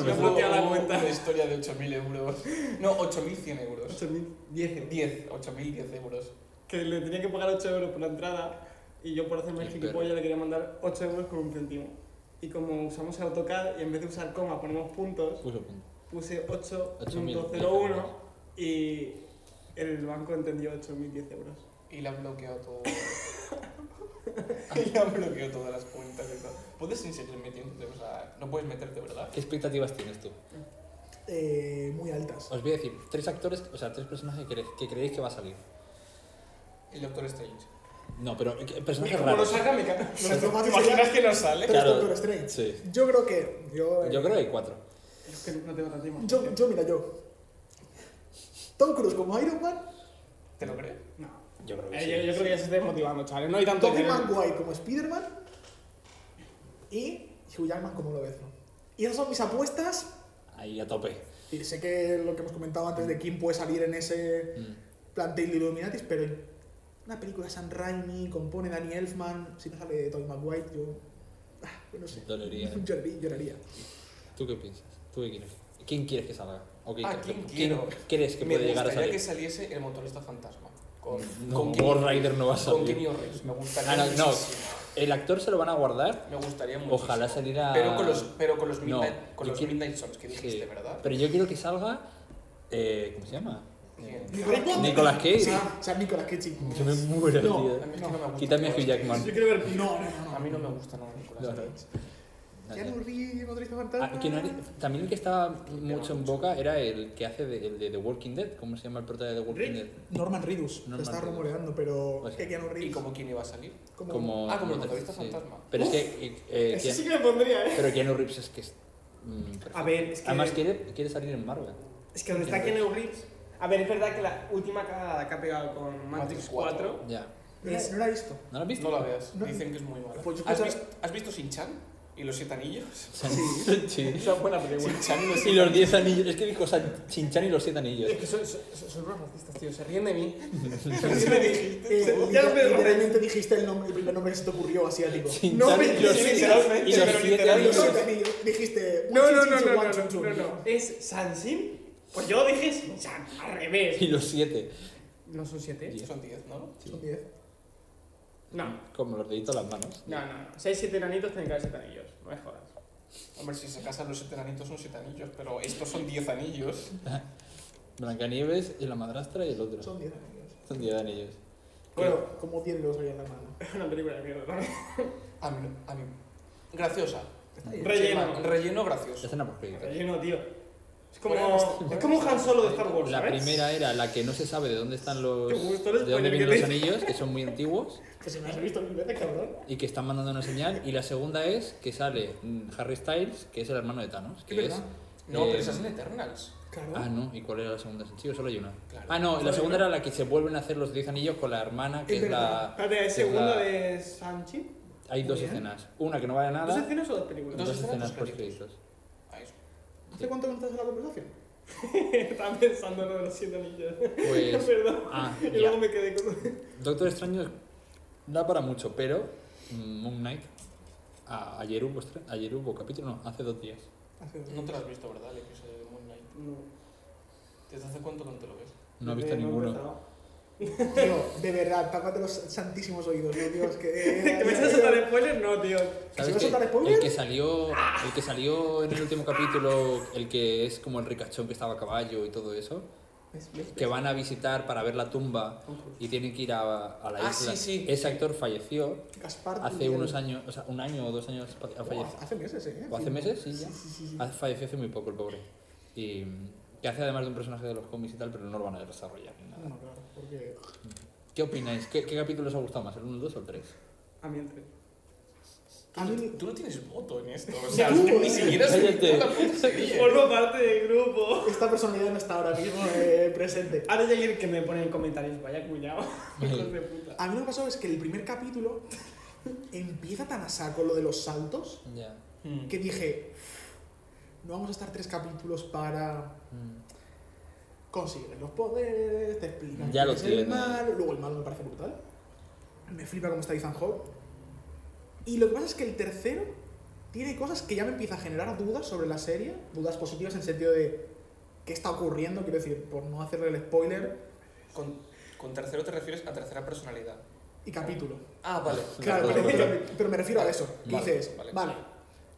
hubo
bloquea la cuenta.
Una historia de 8.000 euros. No, 8.100 euros.
8.000. 10 euros.
10, 8.010 euros.
que le tenía que pagar 8 euros por la entrada y yo por hacerme el
Espera.
gilipollas le quería mandar 8 euros con un céntimo. Y como usamos el AutoCAD y en vez de usar coma ponemos puntos,
Puso punto.
puse
8.001
8.01 y el banco entendió 8.010 euros.
Y le han bloqueado todo.
(laughs)
y le han bloqueado todas las cuentas y todo. Puedes sin seguir metiéndote, o sea, no puedes meterte, ¿verdad?
¿Qué expectativas tienes tú?
Eh, muy altas.
Os voy a decir tres actores, o sea, tres personajes que, cre- que creéis que va a salir.
El Doctor Strange.
No, pero eh, que- personajes
Como no
raros.
salga, me cago.
Lo
¿Te
normal
imaginas
sería
que no sale?
tres
Claro.
Doctor Strange.
Sí.
Yo creo que. Yo, eh,
Yo creo que hay cuatro.
Es que no tengo tantísimo.
Yo, yo, mira, yo. Tom Cruise como Iron Man,
¿Te lo crees?
No.
Yo creo que
Eh, yo, yo
sí.
creo que ya se está desmotivando, chavales. No hay tanto
Tobey
que ver.
Maguire como Spider-Man y Hugh Jackman como Lobezno. Y esas son mis apuestas.
Ahí a tope.
Y sé que lo que hemos comentado antes de quién puede salir en ese
Mm.
plantel de Illuminatis, pero una película de Sam Raimi, compone Danny Elfman, si no sale Tobey Maguire, yo... ah, yo no sé.
Dolería.
(laughs) Lloraría, lloraría.
¿Tú qué piensas? ¿Tú qué quieres? ¿Quién quieres que salga? ¿O qué
Ah,
crees que-
¿quién quiero?
crees que
me
puede llegar a
gustaría
salir?
que saliese el motorista fantasma. Con,
No,
con
Ghost Rider no va a
Con
salir.
Kenny Reeves. Me gustaría
Ah, no, no.
muchísimo.
El actor se lo van a guardar.
Me gustaría mucho.
Ojalá saliera.
Pero con los, pero con los
No,
Midnight, con
yo
los
quiero-
midnight Sons que dijiste,
Sí.
¿verdad?
Pero yo quiero que salga. eh, ¿Cómo se llama?
Bien.
Nicolas Cage.
Sí, o sea, Nicolas Cage. sí.
Yo me muero,
No.
A
tío.
mí es que no me gusta.
Quítame a Hugh Jackman.
Yo quiero ver Pino.
No, no, no, no.
A mí no me gusta nada Nicolas
No, no.
Cage.
Ya no ríe, motorista fantasma.
Ah, que no era- también el que estaba mucho en boca era el que hace de, el de The Walking Dead. ¿Cómo se llama el prota de The Walking
Rick.
Dead?
Norman Reedus,
Norman
se está
Reedus.
rumoreando, pero
Pues sí.
que Keanu Reeves.
¿Y como quién iba a salir?
como-
Como,
Ah, como el
no,
motorista
sí.
fantasma.
Pero es que. eh, eh,
Ese
Keanu-
sí que me pondría, eh.
pero Keanu Reeves es que es. mm, perfecto.
A ver, es que-
Además, quiere, quiere salir en Marvel.
Es que donde está Keanu Reeves. A ver, es verdad que la última cagada que ha pegado con Matrix
Matrix
4
Ya.
Mira, Eh, no la he visto.
¿No lo has visto?
No la veas.
No.
Dicen que es muy mala.
Pues yo
¿Has,
escucha-
visto, ¿Has visto Sin Chan? ¿Y los
(laughs)
siete anillos?
Sí.
Es una buena película.
Sin Chan y los
Y los 10 anillos. Es que dijo San- Chinchan y los 7 anillos.
Es que son, son, son unos racistas, tío. Se ríen de (laughs) mí.
anillos. me dijiste?
Eh,
Ya
literal-
me lo-
literalmente dijiste el, nombre, el primer nombre que se te ocurrió asiático.
Chinchan
No me-
y los
sí,
literalmente,
y los
pero
siete
literalmente.
anillos.
Yo te vi- dijiste.
No, no,
"Chin,
no,
chin,
no, no,
guan,
no,
chun, chun".
no, no. ¿Es Sansin? Pues yo dije Sansan, al
Y
revés.
los 7.
¿No son siete?
Diez.
Son 10, ¿no?
Son diez.
No,
Como los deditos a las manos.
no, no. no. Si hay siete enanitos, tienen que haber siete anillos. No me jodas. (laughs)
Hombre, si se casan los siete anillos son siete anillos, pero estos son 10 anillos.
Blancanieves y la madrastra y el otro.
Son diez. amigos.
Es un día de anillos.
Bueno, como 10 dedos había en la mano.
Es una película de mierda también.
A mí, no- a mí. Graciosa.
Relleno.
Relleno gracioso.
Escena por crédito.
Relleno, tío. Es
Bueno,
como, es como Han Solo de Star Wars.
La
¿sabes?
primera era la que no se sabe de dónde están los.
Te gustó el
de dónde
spoiler
vienen
que
los
te
anillos, que son muy antiguos
Que se me has visto mil veces, cabrón.
y que están mandando una señal. Y la segunda es que sale mm, Harry Styles, que es el hermano de Thanos. Que
Es
es,
verdad.
No, pero
eh,
esa es en Eternals.
Claro.
Ah, no, ¿y cuál era la segunda? Sí, solo hay una.
Claro.
Ah, no,
Solo
la
hay
segunda
una.
era la que se vuelven a hacer los 10 anillos con la hermana, que
Es
es la.
verdad.
Espérate, ¿es
que es la-
segunda Ah, de Sanchi?
Hay dos
Bien.
escenas. Una que no vale a
¿Dos
nada,
escenas o dos
y
películas?
dos
Dos escenas,
escenas
dos
post
créditos.
créditos.
Ahí es.
¿Hace cuánto que no estás en la conversación?
(laughs) Estaba pensando en lo de los siete anillos.
(laughs)
(laughs)
Pues.
Perdón.
Ah,
Y
ya.
luego me quedé con.
Doctor Extraño da para mucho, pero mm, Moon Knight. a- ayer, hubo, estre- ayer hubo capítulo, no, hace dos días.
Hace dos
No te
días.
lo has visto, ¿verdad? El episodio de Moon Knight.
No,
¿Desde hace cuánto que no te lo ves?
No he visto
Eh, no he
ninguno.
empezado.
Tío, de verdad, tápate los santísimos oídos, tío, Dios, que...
(laughs) ¿Que me echas a soltar spoilers? No, tío.
¿Se
¿Sabes
va a
que
soltar
el
spoiler?
que salió el que salió en el último capítulo, el que es como el ricachón que estaba a caballo y todo eso, que van a visitar para ver la tumba y tienen que ir a, a la
Ah,
isla.
sí, sí. Ah,
Ese actor falleció
Gaspar
hace
Ulloa.
unos años, o sea, un año o dos años ha
Oh,
fallecido.
hace meses, ¿eh?
¿O hace meses? Sí,
Sí,
ya.
sí, sí. sí.
Ha- Falleció hace muy poco el pobre. Y mm, que hace además de un personaje de los cómics y tal, pero no lo van a desarrollar ni nada.
Bueno, claro, porque...
¿Qué opináis? ¿Qué, qué capítulo os ha gustado más? ¿El 1, el 2 o el 3?
A mí el tres.
A mí...
Tú no tienes voto en esto. O sea,
Tú,
ni
eh.
siquiera has
Cállate.
visto la puta serie.
Formo parte del grupo.
Esta personalidad no está ahora mismo eh, presente.
Ahora ya hay el que me pone en comentarios, vaya
(laughs)
cuñado. Hijos de puta.
A mí lo que pasó es que el primer capítulo empieza tan a saco lo de los saltos
Ya.
Mm.
que dije, no vamos a estar tres capítulos para
Mm.
conseguir los poderes, te explican
Ya
quién
lo
es
tiene.
el malo, luego el malo me parece brutal. Me flipa cómo está Ethan Hawke. Y lo que pasa es que el tercero tiene cosas que ya me empieza a generar dudas sobre la serie, dudas positivas en sentido de qué está ocurriendo, quiero decir, por no hacerle el spoiler
Con, con tercero te refieres a tercera personalidad.
y capítulo.
Ah, (laughs) vale.
Claro,
Vale,
pero,
vale.
(laughs) pero- pero me refiero a eso. Que
Vale,
dices,
vale.
vale,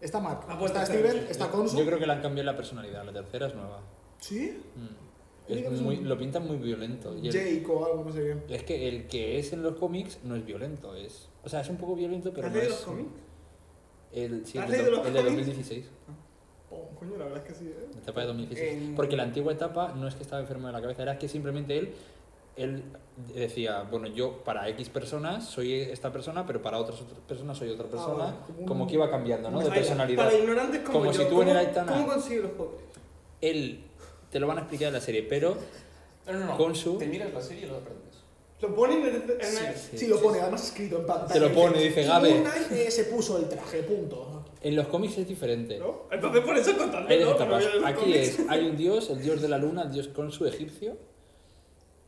está Mark,
Ah, pues
está
está
Steven,
bien.
está
Yo
Consul.
creo que le han cambiado la personalidad. La tercera es nueva.
Sí,
Mm.
Yo digo que
Es
es
muy,
un-
lo pintan muy violento. y el-
Jake o algo, no sé bien.
es que el que es en los cómics no es violento. es O sea, es un poco violento, pero
¿Has
no
leído
es...
los cómics?
El, sí,
¿Has
el,
leído
de,
los
el de
cómics?
2016.
Oh, coño, la verdad es que sí, ¿eh?
La etapa de 2016.
En-
Porque la antigua etapa no es que estaba enfermo de la cabeza, era que simplemente él, él decía, bueno, yo para X personas soy esta persona, pero para otras, otras personas soy otra persona,
vale,
Ah,
como
como,
un-
que iba cambiando, ¿no?
Ay,
De personalidad.
Para ignorantes como,
Como
yo,
si tú
¿cómo-
en el Aitana.
¿Cómo consigo los poderes?
Él, te lo van a explicar en la serie, pero
No, no, no.
Con su-
Te miras la serie y lo aprendes.
Lo ponen en, en el-
Sí,
sí,
lo pone, además escrito en pantalla.
Te lo pone, dice,
Y
Gabe.
Moon Knight, eh, se puso el traje, punto.
en los cómics es diferente.
¿no? Entonces por eso contadme,
Hay dos
¿no?
etapas.
No voy a los
Aquí
cómics.
es, hay un dios, el dios de la luna, el dios Khonsu egipcio,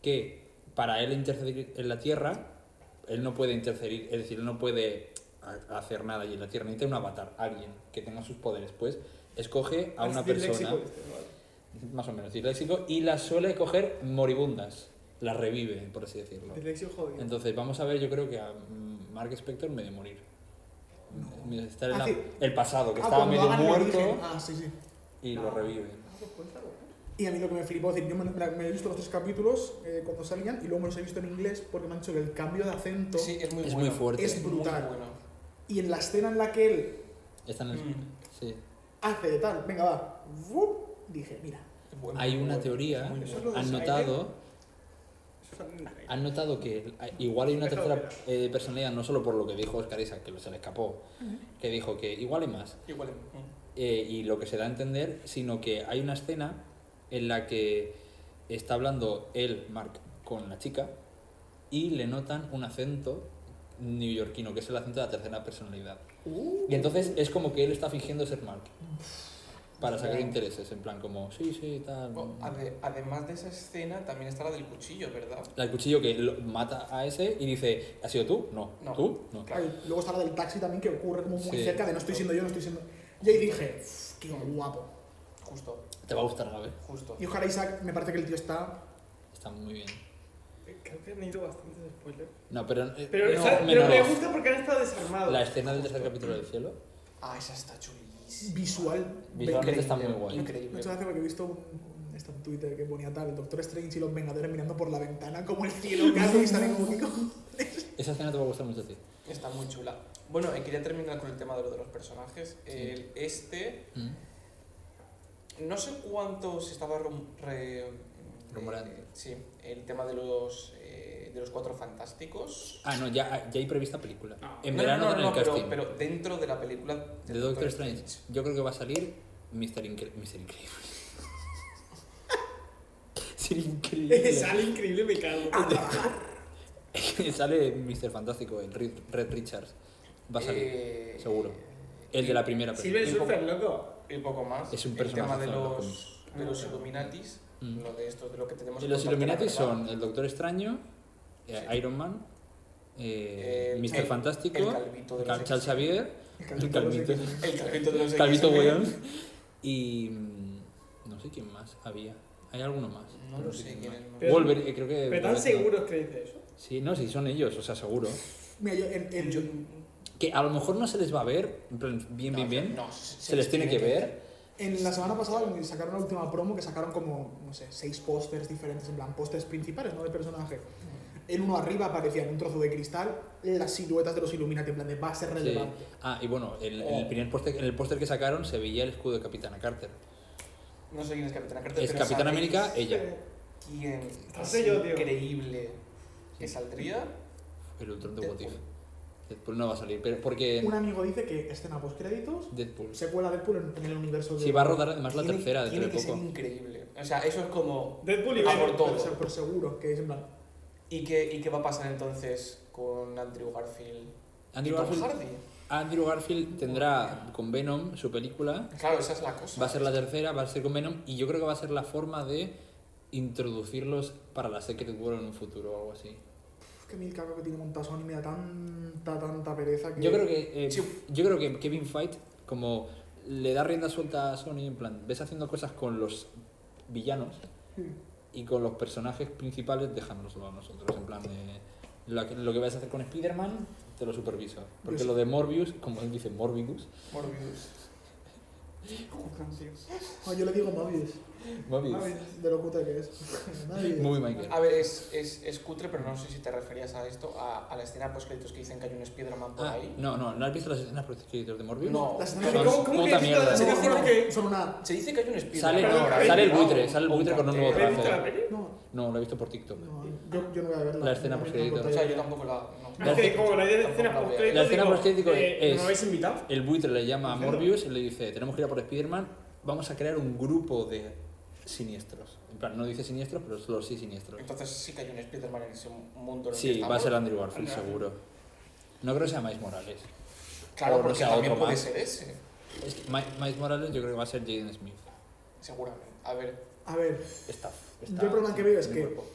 que para él intercedir en la tierra, él no puede intercedir, es decir, él no puede ha- hacer nada allí en la tierra, necesita un avatar, alguien que tenga sus poderes, pues escoge a
Es
una
disléxico
persona,
este, vale.
más o menos disléxico, y las suele coger moribundas, las revive, por así decirlo.
Disléxico jodido.
Entonces, vamos a ver, yo creo que a mm, Mark Spector medio morir. Medio estar en la-
Así-
el pasado, que
Ah,
estaba
cuando
medio
hagan el
muerto
origen. Ah, sí, sí.
y lo revive.
Ah, pues cuenta, bueno.
Y a mí lo que me flipó, es decir, yo me, me- me he visto los tres capítulos eh, cuando salían y luego me los he visto en inglés porque me han dicho que el cambio de acento
Sí, es muy
Es
bueno.
muy fuerte.
es brutal.
Muy bueno.
y en la escena en la que él
Están en-
Mm.
sí.
hace de tal, venga, va, ¡vup! dije, mira,
Es bueno,
Hay
muy
una
bueno.
teoría,
Muy
Eso
bueno.
es lo de
han
Skyler.
notado,
Eso es un rey.
han notado que el- hay- igual hay una
Déjalo
tercera eh, personalidad, no solo por lo que dijo Oscar Isaac, que se le escapó, que dijo que igual hay más,
Igual. mm.
eh, y lo que se da a entender, sino que hay una escena en la que está hablando él, Mark, con la chica, y le notan un acento neoyorquino, que es el acento de la tercera personalidad.
¡uh!
Y entonces es como que él está fingiendo ser Mark. Para sacar intereses, en plan como, sí, sí, tal.
Oh, ade- además de esa escena, también está la del cuchillo, ¿verdad?
La del cuchillo que lo- mata a ese y dice, ¿has sido tú? No.
No.
¿Tú? No.
Claro.
Ay, luego está la del taxi también que ocurre como muy
Sí.
cerca de no estoy siendo yo, no estoy siendo... Y ahí dije, "Uf, qué guapo.
Justo,
Te va a gustar, Gabe.
justo.
Y ojalá Isaac, me parece que el tío está...
Está muy bien.
Creo que han ido bastantes spoilers.
No, pero... eh,
Pero,
no,
esa- pero
menos
me gusta porque han estado desarmados. (laughs)
La escena del tercer capítulo del cielo,
Ah, esa está chulísima.
visual.
Visualmente está muy
Increíble,
guay.
Increíble.
Muchas gracias porque he visto un- un está en Twitter que ponía tal, el Doctor Strange y los Vengadores mirando por la ventana como el
(laughs)
cielo casi y están como que cojones?".
Esa escena te va a gustar mucho a ti.
Está muy chula. Bueno, eh, quería terminar con el tema de lo de los personajes. El- este,
Mm.
no sé cuánto se estaba rum- re- eh,
Rumorando.
sí, el tema de los, eh, de los cuatro fantásticos.
Ah, no, ya, ya hay prevista película.
No.
En
No,
verano
no, no,
en
no,
el casting.
pero, pero dentro de la película del
de Doctor Strange. Yo creo que va a salir Mr. Incre- Mr. Increíble. (laughs) Mr. Increíble.
Sale increíble, me cago.
(laughs) Ah, Sale Mr. Fantástico, el Reed- Red Richards. Va a salir.
Eh,
seguro. El de la primera película.
Silver Surfer, loco.
Y poco más.
Es un
el tema de
personaje de los
los, de los Illuminatis,
Mm.
lo de esto, de lo que tenemos
Y los
en contacto,
Illuminati
la verdad.
son el Doctor Extraño, eh,
Sí.
Iron Man, eh,
El-
Mr.
el-
Fantástico,
el calvito de los
Cal- Charles Xavier, el
de los
Calvito,
X-Men.
El calvito de los
Calvito
X-Men.
Weón
(laughs)
y mm, no sé quién más había. Hay alguno más.
No
pero
lo
sé
sé
quién
quién
más.
es. no.
Pero-
Wolverine, eh, creo que.
Pero tan
Wolverine-
seguros que dice eso.
Sí, no, sí, son ellos, o sea, seguro.
Mira, yo en, en-
Yo-
Que a lo mejor no se les va a ver, en plan, bien,
no,
bien, bien.
no,
se les tiene que ver.
en la semana pasada cuando sacaron la última promo que sacaron como, no sé, seis pósters diferentes, en plan pósters principales, ¿no? Del personaje. En uno arriba aparecía en un trozo de cristal las siluetas de los Illuminati, en plan de va a ser
Sí.
relevante.
Ah, y bueno, el,
Oh.
el primer póster, en el póster que sacaron se veía el escudo de Capitana Carter.
No sé quién es Capitán Carter.
Es
pero
Capitán
¿sabéis
América, ella.
Pero-
¿Quién?
No
Es
sé yo, tío.
increíble. ¿Que saldría?
El Ultron de What If.
Deadpool.
Deadpool no va a salir, pero porque
Un amigo dice que escena post créditos,
Deadpool.
secuela Deadpool en, en el universo de
Sí, va a rodar además la
Tiene-
tercera dentro
Tiene
de
que ser
poco.
increíble. O sea, eso es como...
Deadpool y
Ah,
Venom.
por todo.
Pero se- pero seguro que es en plan
¿Y qué, ¿Y qué va a pasar entonces con Andrew Garfield?
Andrew
y Tom
Garfield,
Hardy?
Andrew Garfield tendrá con Venom su película,
Claro, esa es la cosa.
va a ser la tercera, va a ser con Venom y yo creo que va a ser la forma de introducirlos para la Secret War en un futuro o algo así.
Uf, que mil cago que tiene montado Sony me da tanta, tanta pereza que...
Yo creo que eh,
Sí.
yo creo que Kevin Feige como le da rienda suelta a Sony en plan, ves haciendo cosas con los villanos
Hmm.
y con los personajes principales dejándonoslo a nosotros en plan de la que- lo que vas a hacer con Spider-Man te lo superviso, porque
Pues
Yo
lo de Morbius, como él dice Morbius,
Morbius.
No, Ah, yo le digo Mobius.
Morbius,
Mobius, de lo puta que es.
(laughs)
Mobius.
muy Michael.
A ver, es, es, es cutre, pero no sé si te referías a esto, a, a la escena post créditos que dicen que hay un Spider-Man por
Ah,
ahí.
no, no, ¿no has visto las escenas post-créditos de Morbius?
No.
Las escenas-
Son
¿Cómo- cómo que
puta
has visto
mierda.
las
No,
escenas?
no, no,
porque-
son una...
Se dice que hay un Spider-Man
Sale,
Pero,
por ahí.
sale el
¿no?
buitre, sale el
Un
buitre con un nuevo
cartel.
¿Habéis visto la
traje.
peli?
No,
No, lo he visto por TikTok.
no, yo, yo no voy a verla.
La escena
No, no,
post-créditos.
no,
O
no,
sea,
no.
yo tampoco la... No.
La
Es que como la idea de escenas
Tampoco
post-créditos,
La escena
digo,
post-crédito
eh,
es-
¿No me habéis invitado?
El buitre le llama a
Entiendo.
Morbius y le dice, tenemos que ir a por Spider-Man, vamos a crear un grupo de siniestros. En plan, no dice siniestros, pero solo sí siniestros.
Entonces sí que hay un Spider-Man en ese mundo. en el que
Sí, va a
estamos.
ser Andrew Garfield,
Andrew
seguro. No creo que sea Miles Morales. o
Claro,
no
porque
sea
también
otro
puede
más.
ser ese.
Es que Mi- Miles Morales yo creo que va a ser Jaden Smith.
Seguramente. A ver,
A ver,
Está,
Yo
está
el problema que veo es
en
que-
el cuerpo.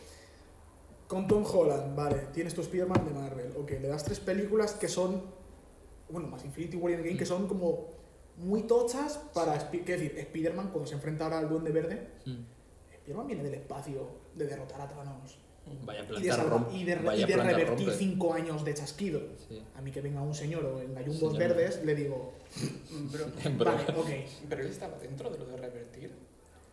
con Tom Holland, vale, tienes tu Spider-Man de Marvel. Ok, le das tres películas que son... Bueno, más Infinity War y Endgame, que son como muy tochas para... Spi- Quiero decir, Spider-Man cuando se enfrenta ahora al Duende Verde,
Mm.
Spider-Man viene del espacio de derrotar a Thanos.
Vaya a
y de,
plantar
salva-
rompe.
y de, re-
Vaya
y de
planta
revertir
rompe.
cinco años de chasquido.
Sí.
A mí que venga un señor o en gallumbos
Señor.
verdes, le
(laughs)
digo,
pero,
Mm, Pero
vale,
(laughs)
ok.
pero él estaba dentro de lo de revertir.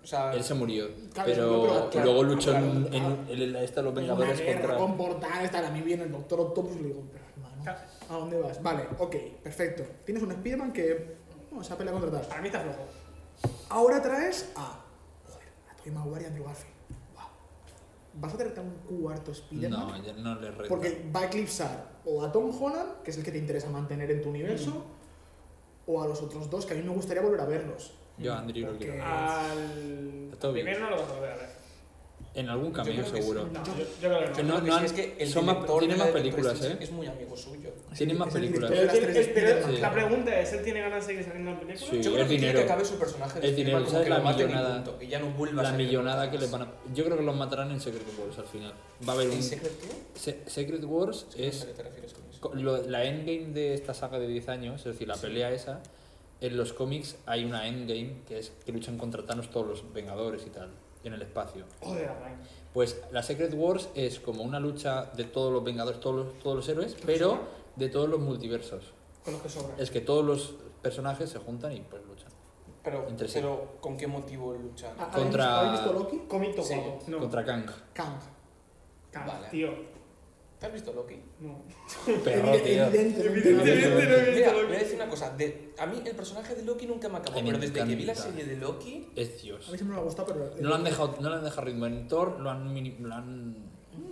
O sea,
Él se murió,
Claro, no,
pero
pero-
luego luchó en,
claro,
un- en, un- en la- esta de los
Pero Una
Vengadores
guerra
contra...
con portales, tal, a mí viene el doctor Octopus y le digo, pero hermano,
Claro.
¿a dónde vas? Vale, ok, perfecto. Tienes un Spider-Man que no, se ha peleado contra tal.
Para mí está flojo.
Ahora traes a, joder, a Tobey Maguire y Andrew Garfield. Wow. ¿Vas a traerte a un cuarto Spider-Man?
No, ya no le renta.
Porque va a eclipsar o a Tom Holland, que es el que te interesa mantener en tu universo, o a los otros dos, que a mí me gustaría volver a verlos.
Yo a Andrew lo
Porque-
quiero.
Ah. Al.
A Toby.
Primero no lo vas a volver a ver.
En algún cameo
creo que sí.
seguro.
No, yo, yo creo que
Que
no.
no-
lo que
no
sí
han-
es que el
son más-
director
tienen
de
más
Doctor
películas,
Strange
¿eh?
es muy amigo suyo.
Tienen más
Es el
películas.
director de las
Pero
tres de
tiene- pero
Spider-Man.
La pregunta es: ¿él tiene ganas de que salga en la película?
Sí.
Yo
es
creo que quiere
dinero.
que acabe su personaje de
Es dinero, ¿sabes?
Spider-Man, como que lo
La
maten y
millonada.
punto, y ya no vuelva
La
a ser
millonada que le
nunca
van
más.
a... Yo creo que los matarán en Secret Wars al final. Va a haber un...
¿En Secret War?
Se- Secret Wars
¿A
es
qué te refieres con eso?
co- lo- la endgame de esta saga de 10 años, es decir, la pelea esa. En los cómics hay una endgame que es que luchan contra Thanos todos los Vengadores y tal, en el espacio.
Joder, Ryan.
Pues la Secret Wars es como una lucha de todos los Vengadores, todos los, todos los héroes, pero de todos los multiversos.
Con los que sobran.
Es que todos los personajes se juntan y pues luchan.
Pero,
Entre sí.
pero ¿con qué motivo luchan?
¿Ha- Ah, ¿Habéis
Contra-
habéis visto Loki?
Comito
Sí.
guapo. No.
Contra
(laughs)
Kang.
Kang.
Kang,
Vale.
Tío.
¿Te has visto Loki?
No.
Perro,
Evide-
tío.
(laughs)
Evidentemente.
Evidentemente.
no he
Mira,
visto
voy a
Loki.
decir una cosa. de- a mí el personaje de Loki nunca me acabó,
A mí
pero
me
desde que vi la
encanta.
serie de Loki,
Es
A
Dios.
mí siempre me ha gustado, pero.
No lo han dejado, no lo han dejado reinventor, lo han, mini- lo han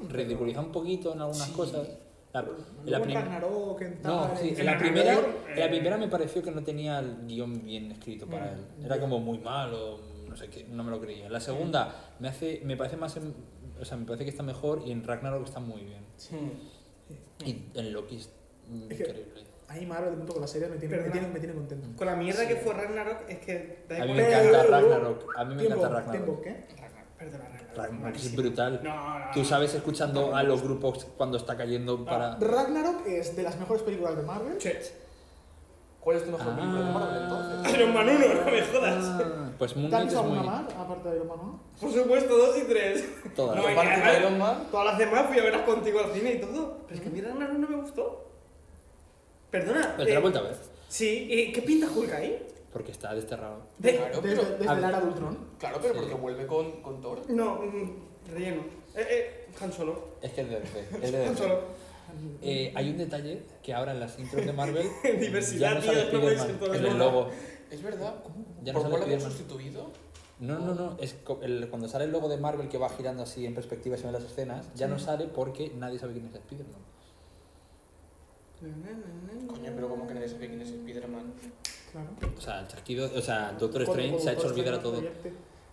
ridiculizado un poquito en algunas
Sí.
cosas. La, en la
Mm, Luego en
prim-
Ragnarok, en tal.
no, sí,
en-
en la
en
primera,
Ragnarok,
en la
eh,
primera me pareció que no tenía el guión bien escrito
Mm.
para él. Era como muy malo, no sé qué, no me lo creía. En la segunda
Mm.
me hace, me parece más, en- o sea, me parece que está mejor y en Ragnarok está muy bien.
mm,
Y en Loki es
Es que-
increíble.
Ahí Marvel, de punto con la serie, me tiene, me
Perdona.
tiene, me tiene contento.
Con la mierda que fue Ragnarok, es que da
A mí
igual.
me
Pero-
encanta Ragnarok. A mí me
Tiempo,
encanta Ragnarok.
tiempo, ¿qué?
Ragnarok.
Perdona, Ragnarok.
Ragnarok es
malísimo.
brutal.
No, no, no.
Tú sabes escuchando a los grupos cuando está cayendo
Ah.
para.
Ragnarok es de las mejores películas de Marvel.
Che,
¿Cuál es tu mejor película de Marvel entonces?
Ah, Iron Man 1, no me jodas.
Ah, Pues Moon
¿Te has
Knight
visto
es
alguna
muy.
más, aparte de Iron Man 1?
Por supuesto, dos y tres.
Todas.
No, y
Aparte de
además-
Iron Man,
Todas las demás fui a verlas contigo al cine y todo. Pero es que a mí Ragnarok no me gustó. Perdona.
Pero te la
eh,
he vuelto a ver,
Sí, ¿y qué pinta Hulk ahí?
porque está desterrado.
De-
Claro,
Desde,
pero-
desde
a
el
ver.
era de Ultron.
claro, pero
Sí.
porque vuelve con, con Thor.
No, mm, relleno. Eh, eh, Han Solo.
Es que es de DC. Es de
Han
DC.
Solo.
Eh, hay un detalle que ahora en las intros de
(laughs)
Marvel.
Diversidad,
ya no
tío,
sale
no puede ser
Spider-Man
todo
en
el
el
mundo.
logo.
Es verdad. ¿Cómo?
Ya no
¿Por
sale
cuál habían
Spider-Man.
sustituido?
No, no, no. Es co- el- cuando sale el logo de Marvel que va girando así en perspectiva y se ven las escenas, ya no sale porque nadie sabe quién es Spider-Man.
Coño, pero como que nadie sabe quién es Spider-Man.
Claro.
O sea, el chasquido. O sea, Ah, Doctor Strange se ha hecho olvidar a todo.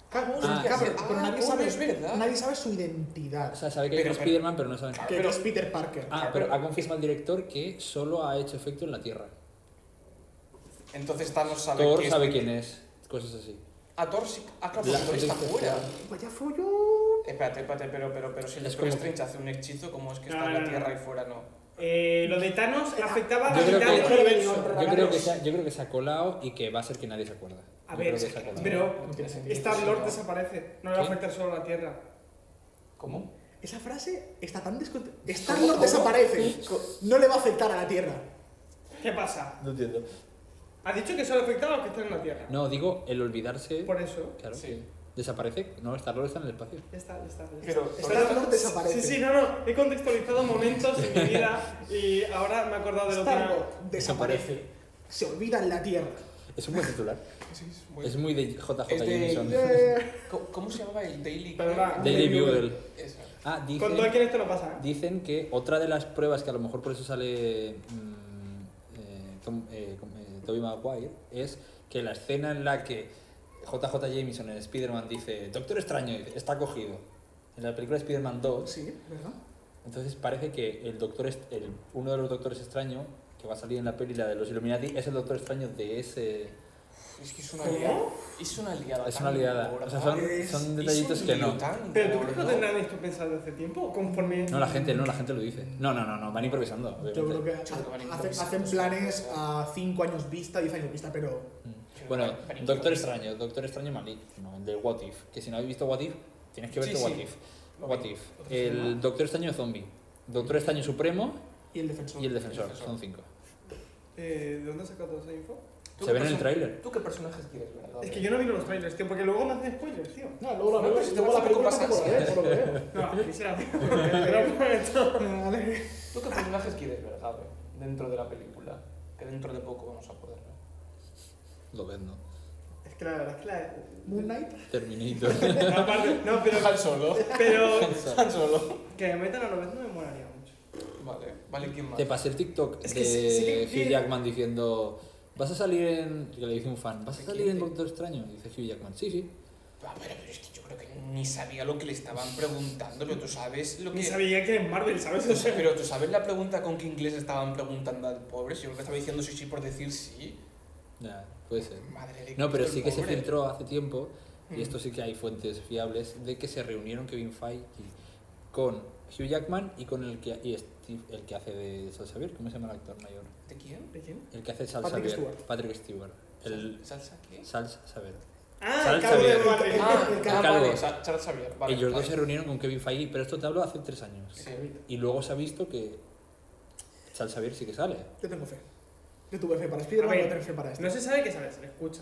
Claro,
Ah,
hostia, pero,
sí.
pero
Ah,
nadie,
coño,
sabe,
es verdad.
nadie sabe su
O
identidad.
sea, sabe que hay un
Pero- pero-
Spider-Man, pero no saben.
que
pero-
es Peter Parker.
Ah, pero ha confirmado el director que solo ha hecho efecto en la Tierra.
Entonces Thanos sabe
Thor
que
sabe quién es, cosas así.
A Thor sí. Ah, claro,
La
porque Thor está
gente
fuera.
está-
Vaya follón.
Espérate, espérate, pero, pero, pero si el
Es
Doctor
como que-
Strange hace un hechizo, ¿cómo es que
No,
está en
no,
la
no.
Tierra y fuera no?
Eh, lo de Thanos afectaba a
Yo
la
creo
mitad
que-
del universo.
Yo creo, que se ha, yo creo que se ha colado y que va a ser que nadie se acuerda.
A
Yo
ver,
creo que se ha colado.
pero
No tiene sentido.
Star Lord desaparece. No le va a
¿Qué?
afectar solo a la Tierra.
¿Cómo?
Esa frase está tan descont... Star-Lord desaparece. No le va a afectar a la Tierra.
¿Qué pasa?
No entiendo.
Ha dicho que solo afectaba a los que están en la Tierra.
No, digo, el olvidarse.
Por eso.
Claro.
Sí.
Desaparece. No, Star-Lord está en el espacio.
Ya está, ya está. ya está.
Pero
Está-
Star-Lord desaparece.
Sí, sí, no, no. He contextualizado momentos en mi vida y ahora me he acordado de lo que.
Star-Lord desaparece. Se olvida en la Tierra.
Es un buen titular. Es muy de JJ
Es de-
Jameson.
Yeah.
¿Cómo, cómo se llamaba el Daily
Perdona.
Daily Bugle.
Eso.
Ah,
Con
dicen,
Tolkien esto no pasa. ¿eh?
dicen que otra de las pruebas que a lo mejor por eso sale mm, eh, Tom- eh, com- eh, Tobey Maguire es que la escena en la que JJ Jameson en Spider-Man dice Doctor Extraño dice, está cogido. En la película Spider-Man 2
Sí, ¿verdad?
Entonces parece que el doctor est- el, uno de los doctores extraños que va a salir en la peli, la de los Illuminati, es el doctor extraño de ese.
Es que es una
¿Cómo?
liada. Es una liada.
Es
tan
una liada.
gorda.
O sea, son,
Es-
son
Es un
detallitos que no.
lío tan
Pero tú crees que lo
gordo.
tendrán esto pensado hace tiempo, conforme.
No, la gente, no, la gente lo dice. No, no, no, no van improvisando.
Yo creo
obviamente.
que
Yo creo que van a
hacen,
improvisar.
hacen planes a 5 años vista, 10 años vista, pero
Mm. Bueno, Doctor Extraño, Doctor Extraño Malik, no, el del What If. Que si no habéis visto What If, tienes que verte
Sí,
What
sí.
If. What If.
Ah.
El Doctor Extraño Zombie, Doctor Extraño Supremo
y el defensor.
y el Defensor.
Defensor.
Son cinco.
Eh, ¿De dónde has sacado toda esa info?
¿Tú
Se
qué
ven en el
perso-
tráiler.
¿Tú qué personajes quieres, verdad?
Es que yo no miro los trailers, tío, porque luego me hacen spoilers,
(laughs)
tío.
No, luego la,
No,
veo,
pero si te vas
luego la
a
película
preocupar,
tampoco la veo, por lo que veo.
No, ni se la veo, porque pero por esto.
Vale.
¿Tú qué personajes quieres, verdad? Dentro de la película. Que dentro de poco vamos a poder ver.
Lo ves, ¿no?
Es que la verdad es que
Moon Knight.
(laughs)
Terminator.
la. Aparte, no, pero.
Han Solo.
Pero.
Han Solo.
Que me metan a los no me molaría mucho.
Vale, vale, ¿quién más?
Te pasé el TikTok
Es
de
que sí- sí que-
Hugh Jackman diciendo, vas a salir en... que le dice un fan, ¿vas a
¿De
salir
quién?
en Doctor Extraño? Dice Hugh Jackman, sí, sí.
Ah, pero, pero es que yo creo que ni sabía lo que le estaban preguntando, pero tú sabes lo que...
Ni sabía que es Marvel, ¿sabes?
Tú sa- pero tú sabes la pregunta con que inglés estaban preguntando al pobre, si yo creo que estaba diciendo sí, sí por decir sí.
Ya, puede ser.
Madre de
No, pero
Cristo,
sí
el
que se
pobre.
filtró hace tiempo,
Mm.
y esto sí que hay fuentes fiables, de que se reunieron Kevin Feige con Hugh Jackman y con el que, y Steve, el que hace de Sal Xavier, ¿cómo se llama el actor mayor?
¿De quién?
¿De quién?
El que hace Sal
Patrick
Xavier,
Stewart.
Patrick Stewart. El
¿Salsa qué?
Sal Xavier.
Ah, el
Sal
cabo de
Xavier.
Marvel.
Ah,
el
ah,
calvo.
vale, Sa- Charles Xavier. Vale,
Ellos
vale.
dos se reunieron con Kevin Feige, pero esto te hablo hace tres años.
Sí.
Y luego se ha visto que Sal Xavier sí que sale.
Yo tengo fe. Yo tuve fe para Spider-Man,
A
voy
ver,
a tener fe para este.
No se sabe qué sabe, se le escucha.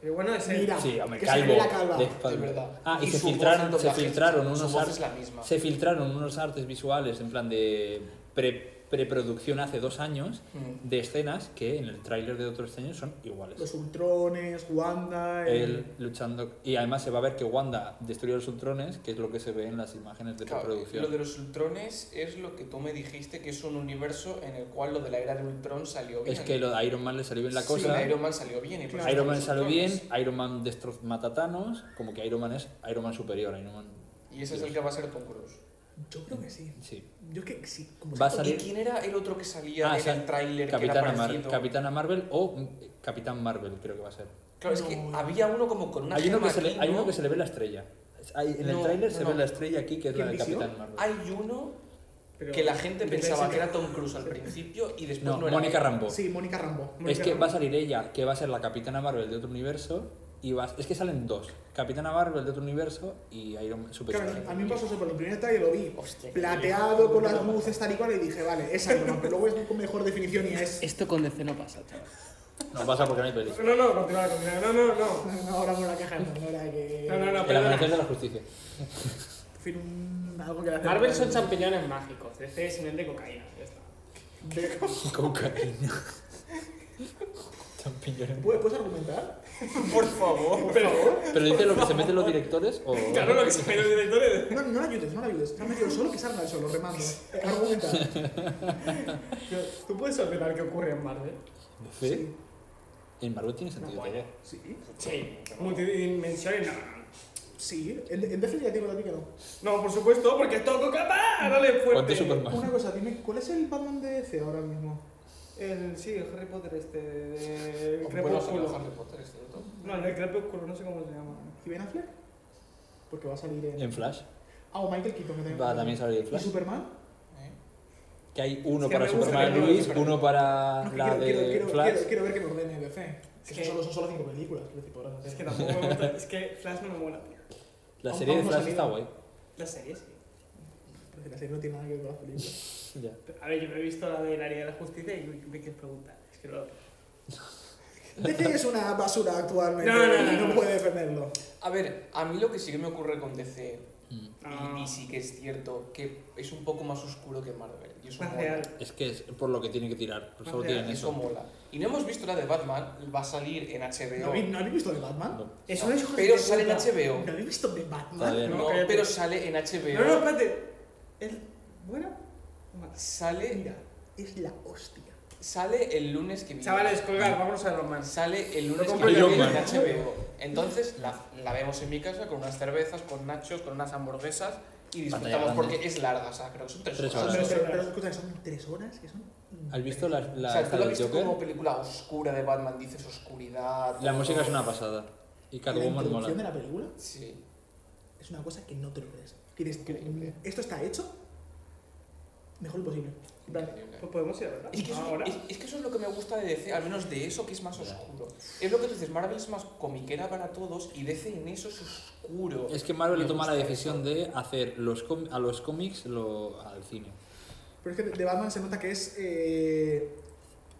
Pero bueno, es el.
Mira.
Sí, hombre,
Que se le
calvo.
ve la calva.
de espalda.
Es verdad.
Ah, y,
Y
se
su voz en
filtraron, se
doblaje,
filtraron
su
unos
voz
ar-
es la misma.
Se filtraron unos artes visuales en plan de pre- preproducción hace dos años
Mm.
de escenas que en el tráiler de otros años son iguales.
Los Ultrones, Wanda. el-
Él luchando. Y además se va a ver que Wanda destruyó los ultrones, que es lo que se ve en las imágenes de
Claro,
preproducción.
lo de los Ultrones es lo que tú me dijiste que es un universo en el cual lo de la era de Ultron salió bien.
Es que lo de Iron Man le salió bien la
Sí,
cosa.
Iron Man salió bien. y por eso
Iron Man
están los
salió bien,
Ultrones.
Iron Man destroz- mata a Thanos, como que Iron Man es Iron Man superior, Iron Man...
Y ese es el que va a ser Tom Cruise.
Yo creo que sí.
Sí.
Yo que sí. Como
Va a
¿Y
salir
quién era el otro que salía
Ah,
en
sal-
el tráiler que era
Capitana, Mar-
parecido?
Capitana Marvel o mm, Capitán Marvel, creo que va a ser.
Claro, es que
No.
había uno como con una
Hay uno,
gema
que se le,
aquí,
hay
¿no?
uno que se le ve la estrella. Hay- en el
No,
tráiler
no,
se
no.
ve la estrella aquí, que es la
¿Quién
de
visió?
Capitán Marvel.
Hay uno
pero-
que la gente
pero
pensaba
ese-
que era Tom Cruise al principio y después
No,
no, era.
Mónica
él.
Rambo.
Sí, Mónica Rambo.
Es
Mónica
que
Rambeau.
va a salir ella, que va a ser la Capitana Marvel de otro universo, y va es que salen dos, Capitana Marvel de otro universo y Iron Man Super
Claro,
Soldier.
a mí me pasó eso, por el primer trailer lo vi
Hostia, qué
plateado con las luces tal y cual y dije, vale, es Iron Man, pero luego es con mejor definición y es... (laughs)
Esto con DC no pasa, chaval.
No pasa porque no hay peli.
No, no, continúa, continúa. No, no, no.
Ahora con la caja no, no era que...
No, no, no,
El amanecer
perdona.
de la justicia. (laughs)
En fin, un- algo que le hace-
Marvel son champiñones mágicos. DC es nivel de cocaína. Ya está.
De-
Cocaína. Champiñones.
¿Puedes, puedes argumentar?
Por favor.
Pero,
Pero dice lo que se meten los directores o.
(laughs) claro, lo que se ven los directores.
No, no la ayudes, no la ayudes. No me digas solo que salga el solo, remando. Eh, Argumenta.
¿Tú puedes ordenar qué ocurre en Marvel?
Sí. En Marvel tiene sentido todo.
Sí,
Sí. Multidimensional, no.
sí. En, en DC ya te digo a ti que no.
No, por supuesto, porque es todo coca dale fuerte.
¿Cuánto Superman?
Una cosa, dime, ¿cuál es el Batman de DC ahora mismo?
El, sí, el Harry Potter este, de
Bueno, salió
Crepúsculo.
Harry Potter, es cierto.
No, el de Crepúsculo, no sé cómo se llama.
¿Y Ben Affleck? Porque va a salir en...
En Flash.
Ah, o Michael Keaton. que
Va a también salir en
¿Y
Flash.
Superman?
¿Eh?
Que hay uno
Es que
para
me gusta
Superman
que no lo
Luis,
recuerdo.
uno para
No, que
Ah, la
quiero,
de
quiero, quiero,
Flash.
quiero- quiero ver que me ordene DC.
Es
Es
que-
que solo, son solo cinco películas, quiero decir, podrás hacer.
Es que tampoco me gusta, es que Flash no me mola, tío.
La
Aún-
serie de
aún no ha
Flash está guay.
La serie, sí.
Pero que la serie no tiene nada que ver con las películas.
Ya.
Pero, A ver, yo me he visto la del área de la justicia y me quieres preguntar. Es que no.
DC es una basura actualmente.
No, no, no,
y
no.
puede defenderlo.
A ver, a mí lo que sí que me ocurre con DC,
Mm.
Ah.
y, y sí que es cierto, que es un poco más oscuro que Marvel. Y eso
Más
mola.
real.
Es que es por lo que tiene que tirar. Por solo
Ah,
tienen
Eso
eso.
mola. Y no hemos visto la de Batman, va a salir en HBO.
¿No, habéis- no habéis visto de Batman?
No.
Es
No,
una hija
pero
de
sale en
puta.
HBO.
¿No habéis visto de
Está
Batman?
bien.
No,
cállate.
pero sale en HBO.
No, no, espérate. ¿El bueno? Vale.
Sale,
Mira, es la hostia.
sale el lunes que viene.
Chavales, colgar, vámonos a los más.
Sale el lunes que
Lo
compré yo,
viene en
man.
HBO. Entonces la, la vemos en mi casa con unas cervezas, con nachos, con unas hamburguesas y disfrutamos
Pantalla grande.
porque es larga, o sea, creo que son tres,
Tres
horas.
Pero,
horas.
pero, pero escucha, son tres horas que son.
¿Has visto la, la
O sea, tú
esta
la
del
viste
Joker?
como película oscura de Batman, dices oscuridad.
La música es
todo.
una pasada. Y
La
Catwoman
introducción de
mola.
la película
Sí.
es una cosa que no te lo crees. Que dices tú,
Increíble.
esto está hecho mejor posible. En plan,
increíble.
Pues podemos ir a verla.
Es que, eso,
Ahora.
es, es que eso es lo que me gusta de DC, al menos de eso que es más oscuro. Es lo que tú dices, Marvel es más comiquera para todos y DC en eso es oscuro.
Es que Marvel
Me
toma la
gusta
decisión de hacer los com- a los cómics lo al cine.
Pero es que de Batman se nota que es. eh,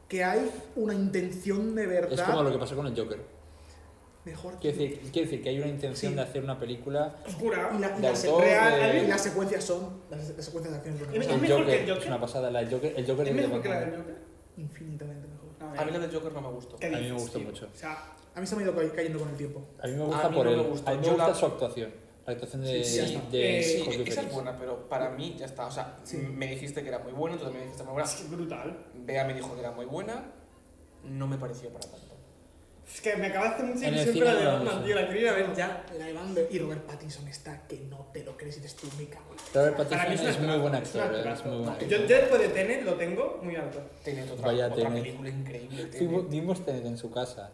que hay una intención de verdad.
Es como lo que pasó con el Joker.
Mejor
Quiero decir, quiero decir que hay una intención
Sí.
de hacer una película.
Oscura.
Y, la- y
de
las-
autor,
real-
de-
y las secuencias son. Las, las secuencias de acción son
Es
el
mejor que el
es
Joker.
una pasada. La del Joker, el Joker
¿Es
de
mejor que la
Batman.
del Joker?
infinitamente mejor.
A mí la del Joker no me gustó.
¿Qué
A mí me
dices,
gustó
tío?
mucho.
O sea,
A mí se me ha ido ca- cayendo con el tiempo.
A mí me gusta
mí
por
no me
él.
gustó.
A mí me
Yo
gusta
la-
su actuación. La actuación de,
Sí, sí, ya está.
de
Eh,
Sí,
Joaquin
esa es
Phoenix.
buena, pero para mí ya está. O sea,
Sí.
me dijiste que era muy buena, tú también dijiste muy buena.
es que es brutal.
Bea me dijo que era muy buena, no me pareció para tanto.
Es que me acabaste mucho
En el
siempre
cine
la
no
de
la
Batman,
uso.
tío. La quería ir a ver ya.
La de Batman y Robert Pattinson está que no te lo crees y te estoy muy cago. en la-
Robert
Para mí
Pattinson
es una
es muy
crack,
buen
es una
actor. eh,
crack.
Es muy buen
Yo, yo
actor.
después de Tenet lo tengo muy alto.
Tenet otra,
Vaya
otra
Tenet.
película increíble.
Fuimos-
Tenet.
Vimos Tenet en su casa.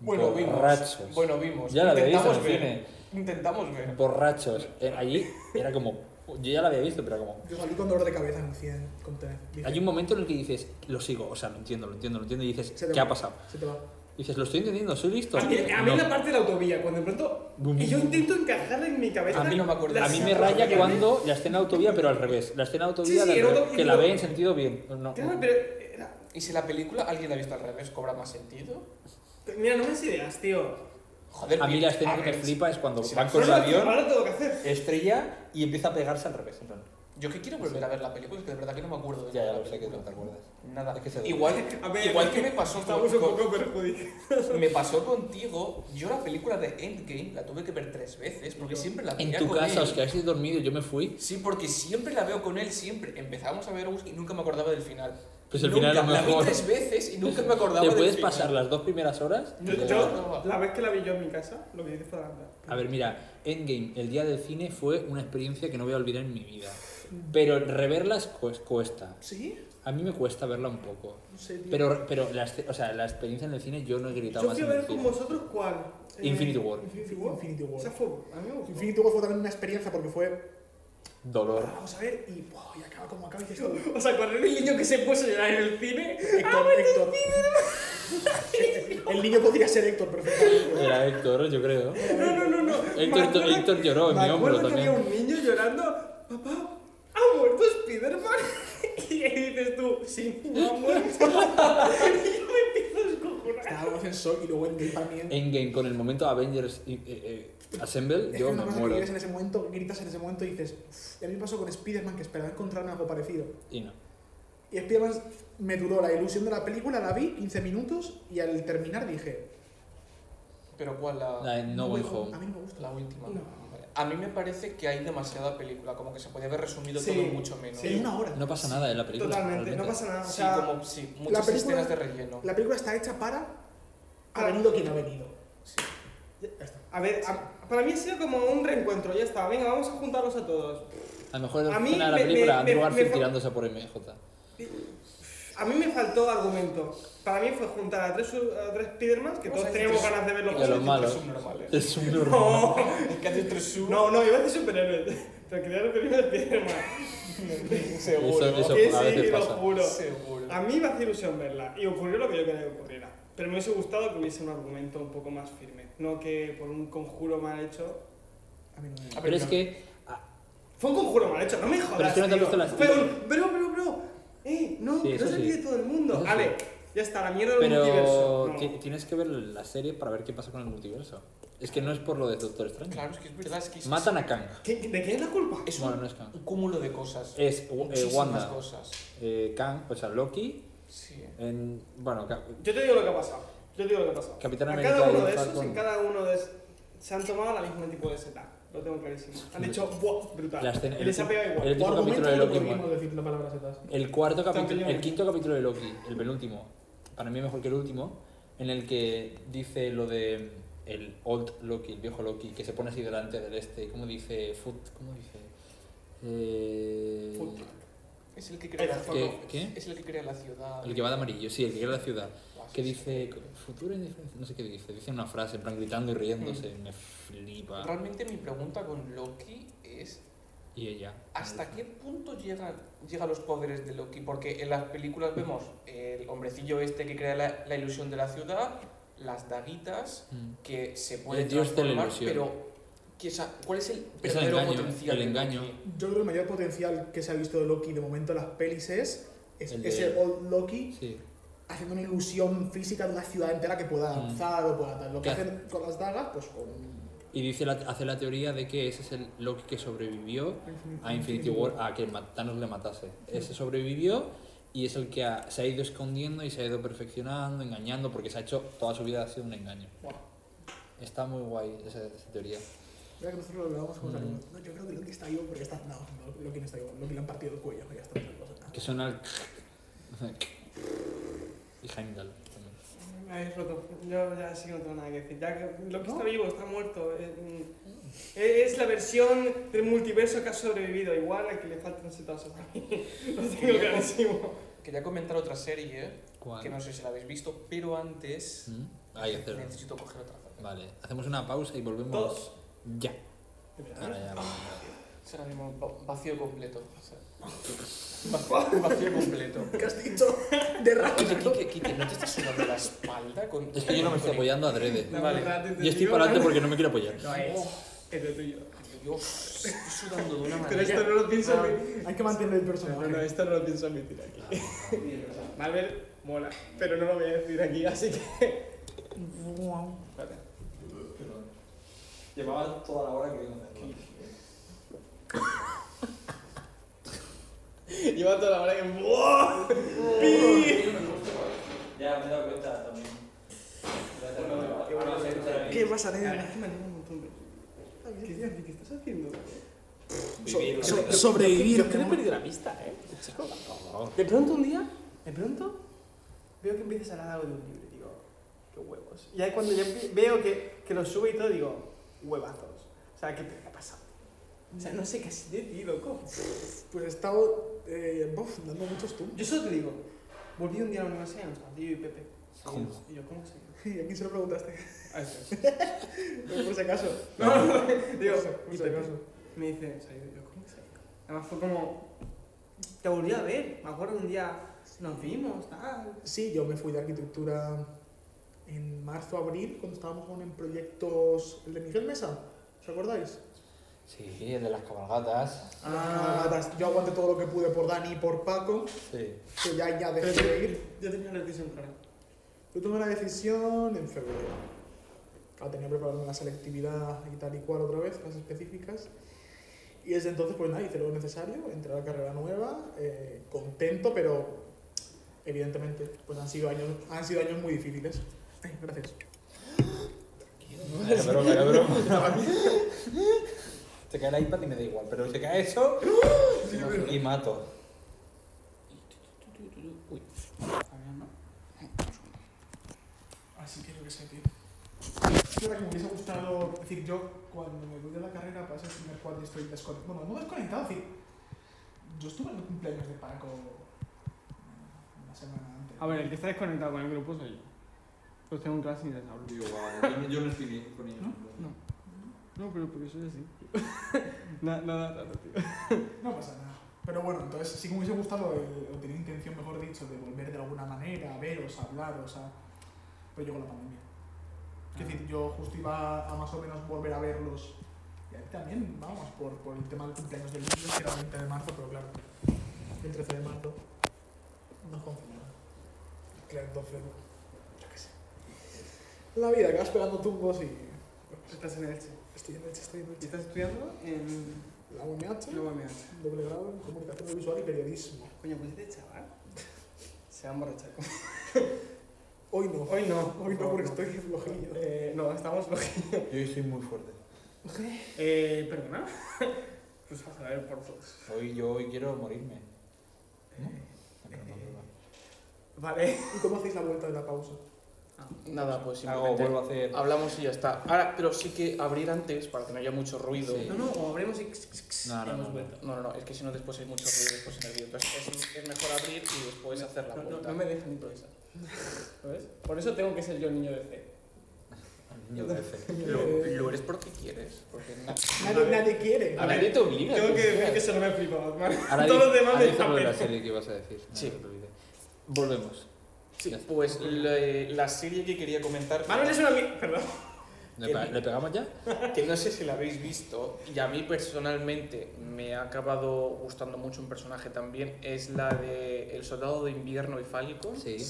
Bueno, vimos.
borrachos.
Bueno, vimos.
Ya la veis en
Intentamos
el
ver.
cine.
Intentamos ver.
Borrachos. Eh, Allí era como. Yo ya la había visto, pero era como.
Yo salí con dolor de cabeza en el cien con Tenet. Dije,
Hay un momento en el que dices, lo sigo, o sea, lo entiendo, lo entiendo, lo entiendo, y dices,
Se te
¿qué
va.
ha pasado?
Se te va.
Dices, lo estoy entendiendo, soy listo.
A mí, a mí
No.
la parte de la autovía, cuando de pronto.
Bum.
y yo intento encajarla en mi cabeza.
A mí no me acuerdo.
la
A mí me
situación.
raya cuando la escena de autovía, pero al revés. La escena de autovía
Sí, sí,
del
era
revés,
autovía,
que la
digo-
ve en sentido bien. No,
Claro, pero. era-
¿Y si la película alguien la ha visto al revés, cobra más sentido?
Mira, no me des ideas, tío.
Joder,
A mí la escena que me
ver,
flipa es cuando
si
van
la-
con el
Ahora-
avión,
Ahora tengo que hacer.
estrella y empieza a pegarse al revés. en plan,
Yo que quiero volver a ver la película, es que de verdad que no me acuerdo de
Ya, ya
nada de
lo
la
sé que no
película.
te acuerdas.
Nada.
Es que se-
igual
(laughs) A ver,
igual que me pasó
Estamos
con-
un
con-
poco perjudicados.
me pasó contigo, yo la película de Endgame la tuve que ver tres veces, porque siempre la
En
veía
tu
con
casa
él.
os quedasteis dormidos, yo me fui.
Sí, porque siempre la veo con él, siempre. Empezamos a ver Us y nunca me acordaba del final.
Pues el
Nunca,
final era
la vi
mejor.
tres veces y nunca me
(laughs)
acordaba
Te
del
puedes
final.
pasar las dos primeras horas.
Yo,
y ya-
yo, la vez que la vi yo en mi casa, lo vi fue adelante.
A ver, mira, Endgame, el día del cine fue una experiencia que no voy a olvidar en mi vida. Pero reverlas pues, cuesta.
¿Sí?
A mí me cuesta verla un poco.
No sé, tío.
Pero, pero la, esce- o sea, la experiencia en el cine yo no he gritado
Yo
más
fui a
en el
ver con
cine.
vosotros cuál. Eh,
Infinity War.
Infinity War.
Infinity War.
Esa fue. A mí me gustó.
Infinity War fue también una experiencia porque fue.
Dolor.
"Ah, Vamos a ver y. wow, y acaba como acaba y dices tú.
O sea, cuando era el niño que se puso a llorar en el cine. ¡ah,
Héctor, Héctor. El niño podría ser Héctor (laughs) perfectamente.
Era Héctor, yo creo.
No, no, no, no. Me
Héctor,
acuerdo-
Héctor lloró en
me
mi hombro
acuerdo que había
también.
un niño llorando. Papá, ¿ha muerto Spiderman? (laughs) Y ahí dices tú, sí, no ha muerto. (laughs) y yo me empiezo a escojonar.
Estábamos en shock y luego en Game para mí.
Endgame con el momento Avengers eh, eh, Assemble,
Es
yo
una
me
cosa
muero.
que vives en ese momento, gritas en ese momento y dices. "Uf". Y a mí me pasó con Spider-Man que esperaba encontrarme algo parecido.
Y no.
Y Spider-Man me duró la ilusión de la película, la vi 15 minutos y al terminar dije.
Pero ¿cuál? La,
La de No Way
me- A
Home.
mí no me gusta.
la última.
No.
Vale. A mí me parece que hay demasiada película, como que se podía haber resumido
Sí,
todo mucho menos.
sí.
En una hora.
No pasa nada en la película.
Totalmente, no
realmente.
pasa nada.
Sí,
O sea,
como sí, muchas
película-
escenas de relleno.
La película está hecha para. Ha
Para-
venido quien ha venido.
Sí.
Ya está.
a ver, a- para mí ha sido como un reencuentro. Ya está, venga, vamos a juntarlos a todos.
A lo mejor
A
en
mí
escena de la
me-
película
me-
Andrew
me-
Garfield
me-
tirándose por MJ.
A mí me faltó argumento. Para mí fue juntar a tres, a tres Spidermans que
Vamos
todos
a
teníamos
decir-
ganas de verlo
Y
Vamos
a
a
los
decir
malos.
que son normales. (laughs)
Es un horror.
No, Ah,
Es que hace tres sub-
no, no, iba a decir superhéroes. (laughs) Pero quería referirme a Spiderman.
seguro.
Eso- eso-
Que
a veces
sí, lo
pasa.
juro.
Seguro.
A mí me hace ilusión verla y ocurrió lo que yo quería que ocurriera. Pero me hubiese gustado que hubiese un argumento un poco más firme, no que por un conjuro mal hecho.
A mí no me gusta.
Pero es que
Fue un conjuro mal hecho, no me jodas.
Pero es que no te has
tío.
visto las-
Fue un, bro, bro, bro. Eh, no,
Sí,
que
eso
no se
sí.
olvide todo el mundo.
Eso sí.
vale, ya está, la mierda del
pero
multiverso. No.
ti- tienes que ver la serie para ver qué pasa con el multiverso. Es que no es por lo de Doctor Strange.
Claro, es que es verdad, es que es,
Matan a Kang.
¿Qué- ¿De quién es la culpa?
es
Bueno,
un,
no es Kang.
un cúmulo de cosas.
Es eh,
Muchísimas
Wanda,
cosas.
eh, Kang, o sea, Loki,
Sí.
en, bueno, Ka-
Yo te digo lo que ha pasado. Yo te digo lo que ha pasado.
Capitán
a
América
cada
y
uno de esos,
Falcon.
en cada uno de esos, se han tomado la misma tipo de setup. Lo tengo clarísimo. Han dicho, ¡buah! Brutal.
La escena-
Y les ha pegado igual.
el último
Por
capítulo
momento
de
no
Loki.
podríamos
bueno.
decir la palabra setas.
El cuarto capítulo,
Champiñones.
el quinto capítulo de Loki, el penúltimo, para mí mejor que el último, en el que dice lo de el old Loki, el viejo Loki, que se pone así delante del este, ¿cómo dice? Foot, ¿cómo dice? Eh,
Foot.
Es el que crea la
¿Qué?
ciudad.
¿Qué?
Es el que crea la ciudad.
El que va de amarillo, sí, el que crea la ciudad.
Guau,
Que
sí,
dice, futuro indiferencia, no sé qué dice, dice una frase, en plan gritando y riéndose, me
sí.
flipa.
Realmente mi pregunta con Loki es
Y ella.
¿Hasta qué punto llegan llega los poderes de Loki? Porque en las películas vemos el hombrecillo este que crea la, la ilusión de la ciudad, las daguitas,
Mm.
que se pueden
El dios de la
transformar,
ilusión.
pero que esa- ¿cuál es el
Es el
verdadero
engaño,
potencial?
el
de
engaño.
Loki?
Yo creo que el mayor potencial que se ha visto de Loki de momento en las pelis es, es
El de-
ese old Loki
Sí.
haciendo una ilusión física de una ciudad entera que pueda
Mm.
danzar o pueda tal. Lo que
Claro.
hacen con las dagas, pues con.
Y dice la- hace la teoría de que ese es el Loki que sobrevivió a Infinity War, a que ma- Thanos le matase. Ese sobrevivió y es el que ha- se ha ido escondiendo y se ha ido perfeccionando, engañando, porque se ha hecho, toda su vida ha sido un engaño.
Guau.
Está muy guay esa, esa teoría.
Mira que nosotros lo hablábamos como
Mm.
salimos. No, yo creo que Loki está vivo porque está. No, no, Loki no está vivo. Loki le han partido el cuello. Ya está. no pasa nada.
Que suena el... (laughs) y Heimdall también.
Me habéis roto. Yo ya sí que no tengo nada que decir. Ya que lo que
¿No?
está vivo está muerto. Eh, mm, Es, la versión del multiverso que ha sobrevivido. Igual a que le faltan setazos a mí. (laughs) Lo tengo clarísimo.
Quería comentar otra serie,
¿Cuál?
que no sé si la habéis visto, pero antes
¿Mm? Ahí, hacer-
necesito coger otra.
Vale, hacemos una pausa y volvemos...
Dos.
Ya. Ahora ya volvemos.
Será mismo va- vacío completo. o sea, vacío, vacío completo.
¿Qué has dicho? (laughs) De
Oye,
rápido.
Kike, Kike, ¿no te estás sudando la espalda? Con,
Es que yo no me estoy apoyando adrede.
La
Vale.
verdad, te- te
Yo estoy
digo,
para adelante
(laughs) ¿eh?
porque no me quiero apoyar.
No es. Es de tuyo.
Oh, Dios, estoy sudando de una
Pero
manera.
esto no lo pienso
Ah,
admitir.
Hay que mantener el
No, no,
personaje.
esto no lo pienso admitir aquí. Marvel, Mola, pero no lo voy a decir aquí, así que.
Guau.
Espérate.
Llevaba toda la hora queriendo
(laughs)
hacerlo.
Lleva toda la hora que. ¡Buah!
Ya me he dado cuenta también. Ah,
¿Qué pasa, nena? Es que me anima un montón de. Ay, ¿Qué dices? ¿Qué estás haciendo?
Vivirlo.
So- sobrevivir,
Yo creo que
¿no?
he perdido la pista, ¿eh? Chico. De pronto un día, de pronto, veo que empiezas a hablar algo de un libro y digo, qué huevos. Y ahí cuando ya empe- veo que, que lo sube y todo, digo, huevazos. O sea, ¿qué te ha pasado? O sea, no sé qué has de ti, loco.
Pues he estado eh, buf, dando muchos tumbos.
Yo solo te digo, volví un día a la universidad y nos tío y Pepe. seguidos. Y yo, ¿cómo se
(laughs) ¿Y a quién se lo preguntaste?
A eso.
Por si acaso.
No, no, (laughs) digo,
Por si- por
y
si
Pepe.
acaso.
Me dice, "Se ha ido". Yo, ¿cómo que se ha ido? Además fue como, te volví a ver. Me acuerdo un día nos vimos, tal.
Sí, yo me fui de arquitectura en marzo, abril, cuando estábamos aún en proyectos. El de Miguel Mesa, ¿os acordáis?
Sí, el de las cabalgatas.
Ah.
Nada, Yo aguanté todo lo que pude por Dani y por Paco,
Sí.
que ya, ya dejé
Pero-
de ir.
Yo tenía la decisión clara.
Yo tomé la decisión en febrero. Claro, tenía preparando la selectividad y tal y cual otra vez, las específicas. Y desde entonces, pues nada, hice lo necesario, entré a la carrera nueva, eh, contento, pero evidentemente, pues han sido años, han sido años muy difíciles. Ay, gracias.
Era broma, (laughs) era broma. Se cae el iPad y me da igual, pero se cae eso
¡Ah!
y mato. Uy.
Así que lo que sé, tío. Es verdad que me hubiese gustado, es decir, yo cuando me voy de la carrera paso el primer cuadro y estoy desconectado. Bueno, no desconectado, es decir, yo estuve en el cumpleaños de Paco eh, una semana antes.
A ver, el que está desconectado con el grupo soy yo. Pues tengo un clase y les hablo.
Digo, wow, yo no estoy bien con ellos.
No. No, pero porque soy así. (laughs) nada, nada, nada, tío.
No pasa nada. Pero bueno, entonces sí que me hubiese gustado, eh, o tenía intención, mejor dicho, de volver de alguna manera, a veros, a hablaros, a... Pero llegó la pandemia. Es
Ah.
decir, yo justo iba a más o menos volver a verlos. Y ahí también, vamos, por, por el tema del cumpleaños del niño, que era el 20 de marzo, pero claro, el 13 de marzo nos confinaron. Claro, entonces, yo qué sé. La vida, que vas pegando tumbos y... pues,
Estás en Elche.
Estoy en Elche, estoy en
Y
Elche.
estás estudiando en
La UMH,
la UMH.
doble grado en comunicación visual y periodismo.
Coño, pues este chaval se va a emborrachar.
Hoy no.
Hoy no.
Hoy no, porque estoy flojillo.
Eh, no, estamos flojillos.
Yo hoy soy muy fuerte.
Eh, perdona. (laughs) pues vas a ver por favor.
Hoy yo hoy quiero morirme. ¿No?
Eh,
Pero no, pero no.
Vale.
¿Y cómo hacéis la vuelta de la pausa?
Nada, pues
Hago,
simplemente
vuelvo a hacer.
hablamos y ya está. Ahora, pero sí que abrir antes para que no haya mucho ruido.
Sí.
No, no, o abrimos y. x, x, x,
No, no,
y hemos
no,
vuelto.
No, no, no, es que si no después hay mucho ruido, después se nervio. Entonces es, es mejor abrir y después hacer la
No, no,
vuelta.
no me dejan improvisar. ¿Lo ves? Por eso tengo que ser yo el niño de C.
Yo de F.
Lo, lo eres porque quieres. Porque na-
Nadie, nadie quiere.
A ver,
nadie te obliga.
Tengo
tú
que
decides.
decir que solo me he flipado, man.
Ahora
Todos los
di-
demás
ahora
me
dices lo de la
dejan.
serie que ibas a decir. No,
Sí.
no te olvides. Volvemos.
Sí,
Ya está.
pues le- la serie que quería comentar,
Manuel es una mi- Perdón.
¿Le, pe- le pegamos ya?
que no sé si la habéis visto, y a mí personalmente me ha acabado gustando mucho un personaje también, es la de El Soldado de Invierno y Fálico.
¿Sí?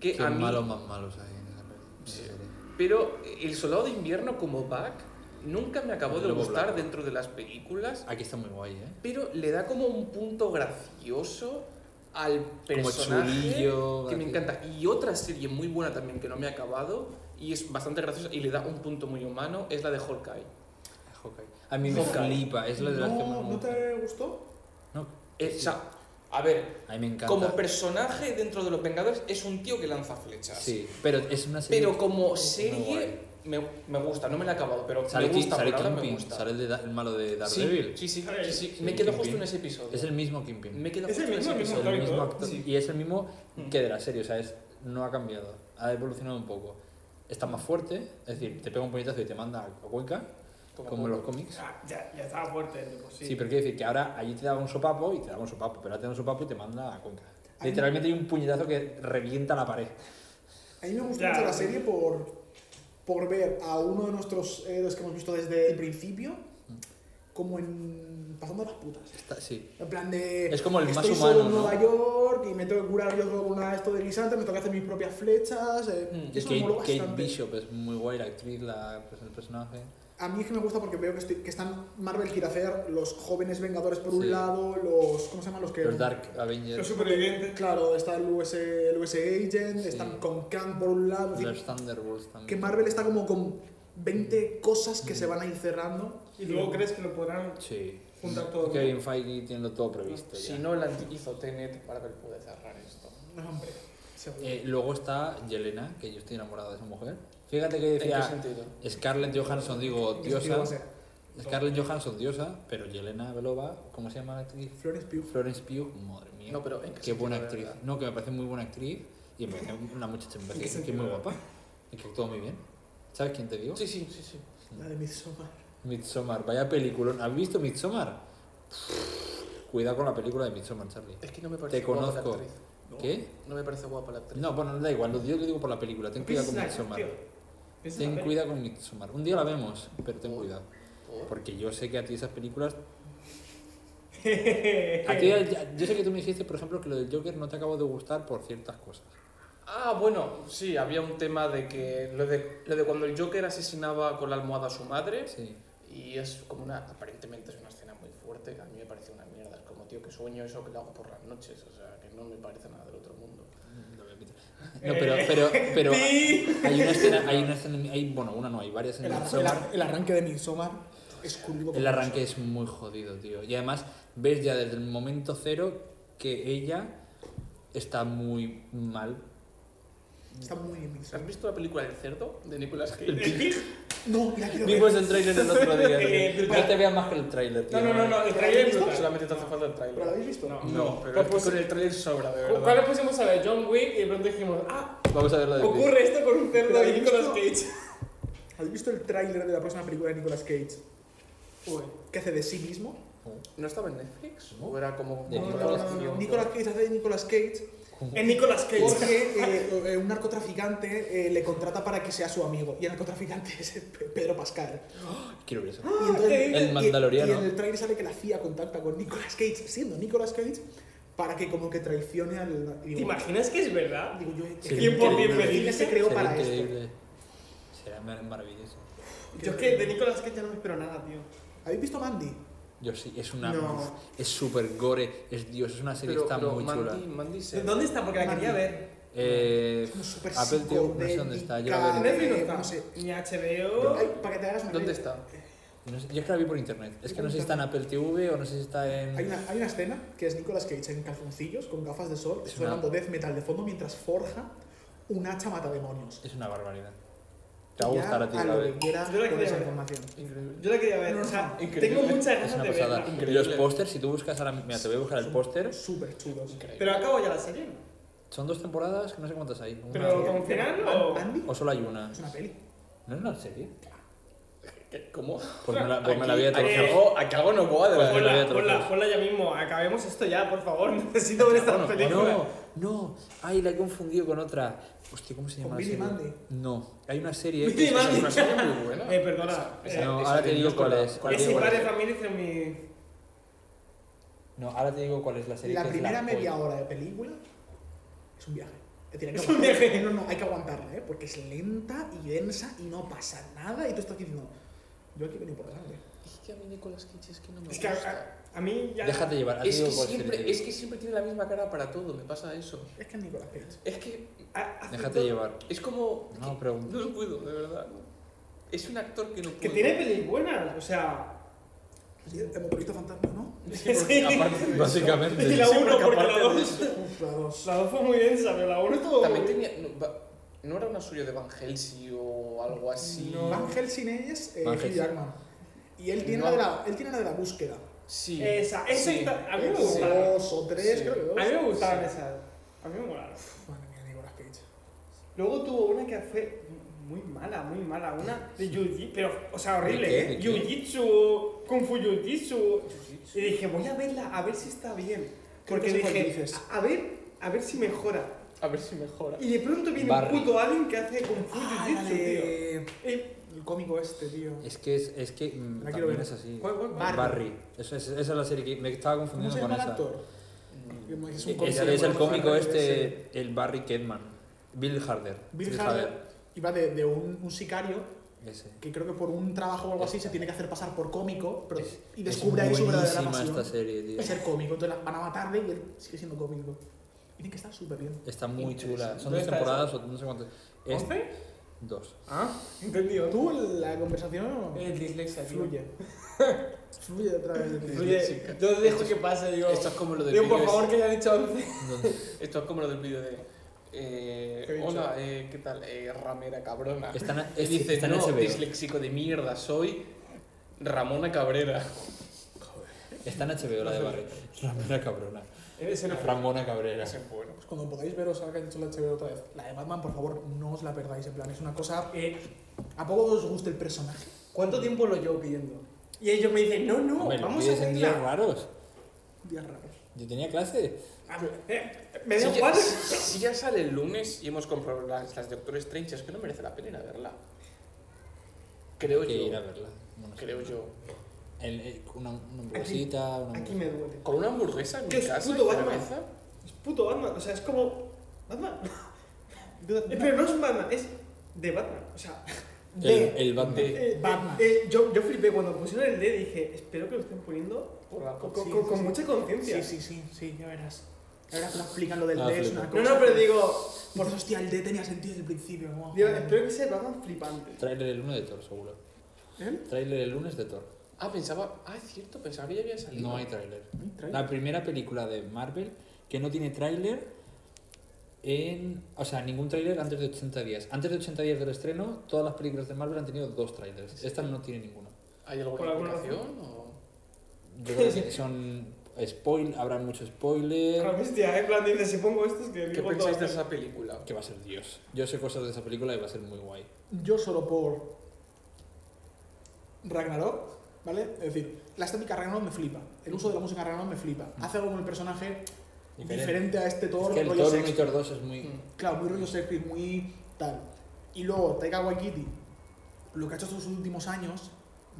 Que
Qué
a mí,
malos más malos hay en esa peli- en esa
Sí.
serie.
Pero El Soldado de Invierno como back nunca me acabó
El
de
lobo
gustar
blanco.
dentro de las películas.
Aquí está muy guay, ¿eh?
pero le da como un punto gracioso al personaje
chulillo,
que me
gracioso.
encanta. Y otra serie muy buena también que no me ha acabado y es bastante graciosa y le da un punto muy humano es la de Hawkeye.
Ah, Hawkeye. A mí me
Hawkeye.
flipa, es la de las que más
No,
me
¿No
gusta.
te gustó?
No,
Eh,
sí.
o sea, a ver,
a mí me encanta.
como personaje dentro de los Vengadores es un tío que lanza flechas.
Sí, pero es una serie.
Pero como
Muy
serie
guay.
me, me gusta, no me la he acabado, pero
sale
me
Ki-
gusta,
sale
por ahora me
Kingpin,
gusta.
sale el, de Da- el malo de
Sí,
Daredevil.
Sí, sí, sí, sí,
Sí,
me quedo
Kingpin.
justo en ese episodio.
Es el mismo Kingpin.
Me quedo
Es el
justo en ese
mismo, el mismo
episodio.
el
Claro,
mismo
todo.
actor.
Sí.
Y es el mismo
Mm.
que de la serie, o sea, es, no ha cambiado. Ha evolucionado un poco. Está más fuerte, es decir, te pega un puñetazo y te manda a cuenca,
Como
como en los cómics.
Ah, ya, ya estaba fuerte el tipo,
Sí, pero quiero decir que ahora allí te daba un sopapo y te daba un sopapo, pero ahora te da un sopapo y te manda a cuenca.
Ay.
Literalmente hay un puñetazo que revienta la pared.
A mí me gustó
Ya.
mucho la serie por, por ver a uno de nuestros héroes que hemos visto desde el principio como en. pasando las putas.
Está- sí.
En plan de.
Es como el más
estoy
humano,
Solo en
¿no?
Nueva York y me tengo que curar yo con una esto de guisante, me tengo que hacer mis propias flechas. eh,
Mm, Y
eso
Kate,
me moló
Kate
bastante.
Bishop es muy guay, la actriz, la, pues, el personaje.
A mí es que me gusta porque veo que, estoy- que están. Marvel quiere hacer los jóvenes Vengadores por
Sí.
un lado, los. ¿Cómo se llaman? Los que.
Los Dark Avengers,
Los supervivientes.
Claro, está el US, el US Agent,
Sí.
están con Kang por un lado. en fin,
los Thunderbolts también.
que Marvel está como con 20 cosas que se van a ir cerrando.
Y luego crees que lo podrán.
Sí.
Juntar todo.
Kevin Feige tiene todo previsto ya.
Si no, la hizo Tenet para que pude cerrar esto.
No, hombre, seguro.
Eh, luego está Yelena, que yo estoy enamorado de esa mujer. Fíjate que
¿En qué
decía
sentido?
Scarlett Johansson, digo,
¿En qué sentido va a
diosa.
ser?
Scarlett Johansson, diosa, pero Yelena Belova, ¿cómo se llama la actriz?
Flores Pugh.
Florence Pugh, madre mía.
No, pero ¿en qué
qué
sentido,
buena
de
actriz.
verdad?
No, que me parece muy buena actriz y me parece una muchacha me parece
qué
que es muy guapa y que actúa muy bien. ¿Sabes quién te digo?
Sí, sí, sí, sí.
La de Midsommar.
Midsommar, vaya película. ¿Has visto Midsommar? Cuidado con la película de Midsommar, Charlie.
Es que no me parece
Te
guapa la
conozco.
actriz.
No.
¿Qué?
No me parece guapa la actriz.
No, bueno, da igual, yo lo digo por la película. Ten cuidado con
Piensa,
Midsommar.
tío. Piensa en
Ten
la peli.
cuidado con Midsommar. Un día la vemos, pero ten cuidado.
Por-
Porque yo sé que a ti esas películas.
Eh, (laughs)
A ti, yo sé que tú me dijiste, por ejemplo, que lo del Joker no te acabo de gustar por ciertas cosas.
Ah, bueno, sí, había un tema de que lo de, lo de cuando el Joker asesinaba con la almohada a su madre
Sí.
y es como una, aparentemente es una escena muy fuerte, a mí me parece una mierda, es como tío que sueño eso que lo hago por las noches, o sea, que no me parece nada del otro mundo.
No, voy a meter. No, pero, pero,
(laughs)
pero hay una escena, hay una escena, en- hay, bueno, una no, hay varias en
El, ar- el
Midsommar.
ar- el arranque de Midsommar es curvo.
El arranque es muy jodido, tío. Y además ves ya desde el momento cero que ella está muy mal.
Está muy bien
¿Has
Midsommar.
visto la película El Cerdo de (laughs) Nicolas Cage?
No, la quiero ver.
Vimos el tráiler el otro día, tío. No te veas más que el tráiler, tío.
No, no, no, no, el trailer es brutal.
Solamente te hace falta el
¿Pero la
tráiler. pues,
habéis visto?
No.
No, pero es que con el tráiler sobra, de verdad.
¿Cuál le pusimos a la de John Wick y de pronto dijimos, ah,
Vamos a ver la de
ocurre esto con un cerdo
Pero
y Nicolas
he
Cage?
¿Habéis visto el tráiler de la próxima película de Nicolas Cage?
(laughs) Uy,
Que hace de sí mismo.
Oh.
¿No estaba en Netflix?
No.
¿O era como
De
como
Nicolas
Nicolas
No, no, no, no.
Cage?
Nicolas Cage hace de Nicolas Cage
Es Nicolas Cage.
porque eh, eh, un narcotraficante eh, le contrata para que sea su amigo. Y el narcotraficante (laughs) es Pe- Pedro Pascal.
Quiero ver eso.
Ah,
Y entonces-
El
y-
Mandaloriano.
Y en el trailer sale que la CIA contacta con Nicolas Cage, siendo Nicolas Cage, para que como que traicione al. y
¿Te
digo,
imaginas que es verdad?
Digo yo, es
Sí.
que
¿Quién
por
el-
bien
el
feliz?
cine se creó
Será
para esto.
increíble. Será mar- maravilloso.
Yo es que de Nicolas Cage ya no me espero nada, tío.
¿Habéis visto Mandy?
Yo sí, es una.
No.
Es súper gore, es Dios, es una serie
Pero,
que está
pero
muy
Mandy,
chula.
Mandy se...
¿Dónde está? Porque la quería ver.
Eh,
Es como súper
Apple, tío, no sé dónde está. Yo la veré.
Netflix Ah, eh, no
No
está.
sé.
Ni HBO.
Ay, para que te hagas una
¿Dónde
idea, Eh,
está?
No sé, yo es que la vi por internet. Es que no sé si está en Apple TV o no sé si está
Hay
en.
una, hay una escena que es Nicolas Cage en calzoncillos con gafas de sol
Es una-
sonando death metal de fondo mientras forja un hacha matademonios.
Es una barbaridad. Te va a gustar a ti,
Ya
la
lo
vez.
que quieras
Yo la
con
quería
esa
ver.
información.
Increíble.
Yo la quería ver.
No,
O
no,
sea,
no.
tengo
Es
muchas ganas
una
de
pasada.
verla.
Increíble.
Los pósters, si tú buscas ahora, mira, te voy a buscar el
Son
póster.
Súper chulos.
Increíble.
Pero acabo ya la serie.
Son dos temporadas, que no sé cuántas hay. Una
Pero
o-
con final
Man-
o.
Mandy
o solo hay una.
Eh, es una peli.
¿No es una serie?
¿Qué? ¿Cómo?
Pues me la, pues me la
Aquí-
voy a
aquí
traer.
hago- aquí hago no puedo.
Pues la voy a
Ponla,
traer.
ponla, ponla ya mismo. Acabemos esto ya, por favor. (laughs) Necesito ver esta película.
No, no. Ay, la he confundido con otra. Hostia, ¿cómo se llama?
Con
la
Billy
serie?
Mandy.
No, hay una serie.
Billy
que-
Mandy.
Es una serie muy buena.
Eh, perdona.
Esa-
eh,
No,
esa
ahora te
de
digo
niños
cuál
con la-
es.
con la-
Ese
digo,
padre
bueno.
familia hizo mi.
No, ahora te digo cuál es la serie.
La
que es
primera
polla.
media hora de película es un viaje. Es, decir, hay que
Es un
aguantar-
viaje.
No, no, hay que aguantarla, ¿eh? Porque es lenta y densa y no pasa nada. Y tú estás aquí diciendo, yo aquí he venido por delante.
Es que a mí Nicolas Cage es que no me
Es que
gusta.
a, a- a mí ya.
Déjate llevar. ahora te
Es que,
digo cuál serie
siempre, es que siempre tiene la misma cara para todo, me pasa eso.
Es que es Nicolas Cage.
Es que
a- hace
Déjate
todo-
llevar.
es como...
No,
que
pero. (laughs)
no lo puedo, de verdad. Es un actor que no puedo.
Que tiene pelis buenas. O sea.
Sí, hemos visto fantasma, ¿no?
Sí, porque
(laughs) Sí.
aparte de eso-
Básicamente.
(laughs)
Y la
Sí,
1, porque la
aparte de
2.
eso-
Uf, la dos.
La 2 fue muy densa, pero la 1 estuvo.
También tenía... No, va- ¿no era una suya de Van Helsing o algo así?
No.
Van Helsing es eh,
Van
Hugh
Helsing.
Jackman. Y él tiene,
No.
la de la, él tiene la de la búsqueda.
Sí.
Esa, esa
sí.
está- A mí me
Es
gustaron.
Dos o tres,
Sí.
creo que dos.
A mí me gustaban esas. A mí me molaron.
Uf, Madre mía, Nicolas Cage.
Luego tuvo una que fue muy mala, muy mala. Una de Jiu-Jitsu, pero, o sea,
¿De qué?
horrible, ¿eh?
¿De qué?
Jiu-Jitsu, Kung Fu Jiu-Jitsu.
Jiu-jitsu.
Y dije, voy a verla, a ver si está bien.
Creo
Porque
que sé cuál
dije,
dices.
a a ver, a ver si mejora.
A ver si mejora.
Y de pronto viene
Barry.
un puto alien que hace Kung Fu
Ah, la
Jiu-Jitsu, tío. Eh,
de- El cómico este, tío.
Es que es, es que mm,
La quiero
también
ver.
es así.
¿Cuál, cuál, cuál?
Barry.
Barry. Eso es- esa es la serie que me estaba
¿Cómo
confundiendo
se
con
llama el
esa.
actor?
Mm.
Es, un
Ese
cómico,
es el
bueno,
cómico
Barry, ese.
este, el Barry Kedman. Bill Harder.
Bill Hader iba de, de un, un sicario
Ese.
que creo que por un trabajo o algo así se tiene que hacer pasar por cómico pero-
Es-
y
es
descubre ahí su verdadera
buenísima
pasión.
esta serie, tío.
de ser cómico. Entonces la van a matarle y él sigue siendo cómico. Y tiene que estar súper bien.
Está muy chula.
Interesante.
Son dos
¿Dónde está
temporadas o no sé cuántas. Es
¿Once?
dos.
Ah, entendido.
Tú la conversación
El dislexia, tío. (laughs)
fluye. fluye a través de ti.
Fluye. Yo dejo que pase, digo.
Esto es como lo del
Digo,
vídeo
por favor,
ese.
que ya he dicho once.
Esto es como lo del vídeo de. eh,
¿Qué he dicho?
hola, eh, ¿qué tal? Eh, ramera cabrona.
Están,
Y
es-
dice,
están en
no,
HBO.
disléxico de mierda, soy Ramona Cabrera.
Está en HBO la de Barry.
(laughs)
Ramona Cabrona.
Eres el
Ramona Cabrera.
Ese es bueno.
Pues cuando podáis veros ahora que he dicho la HBO otra vez. La de Batman, por favor, no os la perdáis. En plan, es una cosa.
Eh,
¿A poco os gusta el personaje?
¿Cuánto tiempo lo llevo pidiendo? Y ellos me dicen, no, no,
Hombre, lo
vamos a
pides en días
hacerla.
raros.
Días raros.
Yo tenía clase.
Ah, eh, Me
Si
dio
ya, (laughs)
cuatro.
si ya sale el lunes y hemos comprado las, las de Doctor Strange, es que no merece la pena ir a verla. Creo
Hay que ir a
yo.
verla. No, no sé.
Creo yo.
El- el- una, una hamburguesita. Una
Aquí me duele.
Con una hamburguesa en
Que
mi
es
casa,
puto
y
Batman.
cerveza,
Es puto Batman, o sea, es como. Batman. Eh, Pero no es un Batman, es de Batman. O sea,
el,
de.
el Batman.
de-
eh,
Batman.
eh, yo, yo flipé cuando pusieron el D, dije, espero que lo estén poniendo
Por la-
con, con-
sí,
con-
sí,
con
sí.
mucha conciencia.
Sí, sí, sí, sí, ya verás. Ahora que nos explican lo del
Ah,
D es
flipa.
una
No,
cosa.
no, pero digo,
Por eso, hostia, el D tenía sentido desde el principio. como,
digo,
joder.
espero que sea Batman flipante.
Trailer el lunes de Thor, seguro.
¿Eh?
Trailer el lunes de Thor.
Ah, pensaba. Ah, es cierto, pensaba que ya había salido.
No hay trailer.
Ay, trae.
La primera película de Marvel que no tiene tráiler en... O sea, ningún tráiler antes de 80 días. Antes de 80 días del estreno, todas las películas de Marvel han tenido dos trailers. Esta no tiene ninguno.
¿Hay alguna
Por alguna
explicación? O...
Yo creo que son... Spoil, habrá mucho
A
spoiler.
bestia, eh, en plan, dice, si pongo esto es que
¿Qué
digo
pensáis
todo.
de esa película?
Que va a ser Dios. Yo sé cosas de esa película y va a ser muy guay.
Yo solo por Ragnarok, ¿vale? Es decir, la estética Ragnarok me flipa. El uso de la música Ragnarok me flipa. Hace algo con el personaje diferente,
Mm. Diferente.
a este Thor,
es que el
rollo
Thor 1 y
Shakespeare.
Thor 2 es muy...
Mm.
Claro, muy rollo Shakespeare, muy tal. Y luego, Taika Waititi, lo que ha hecho estos últimos años,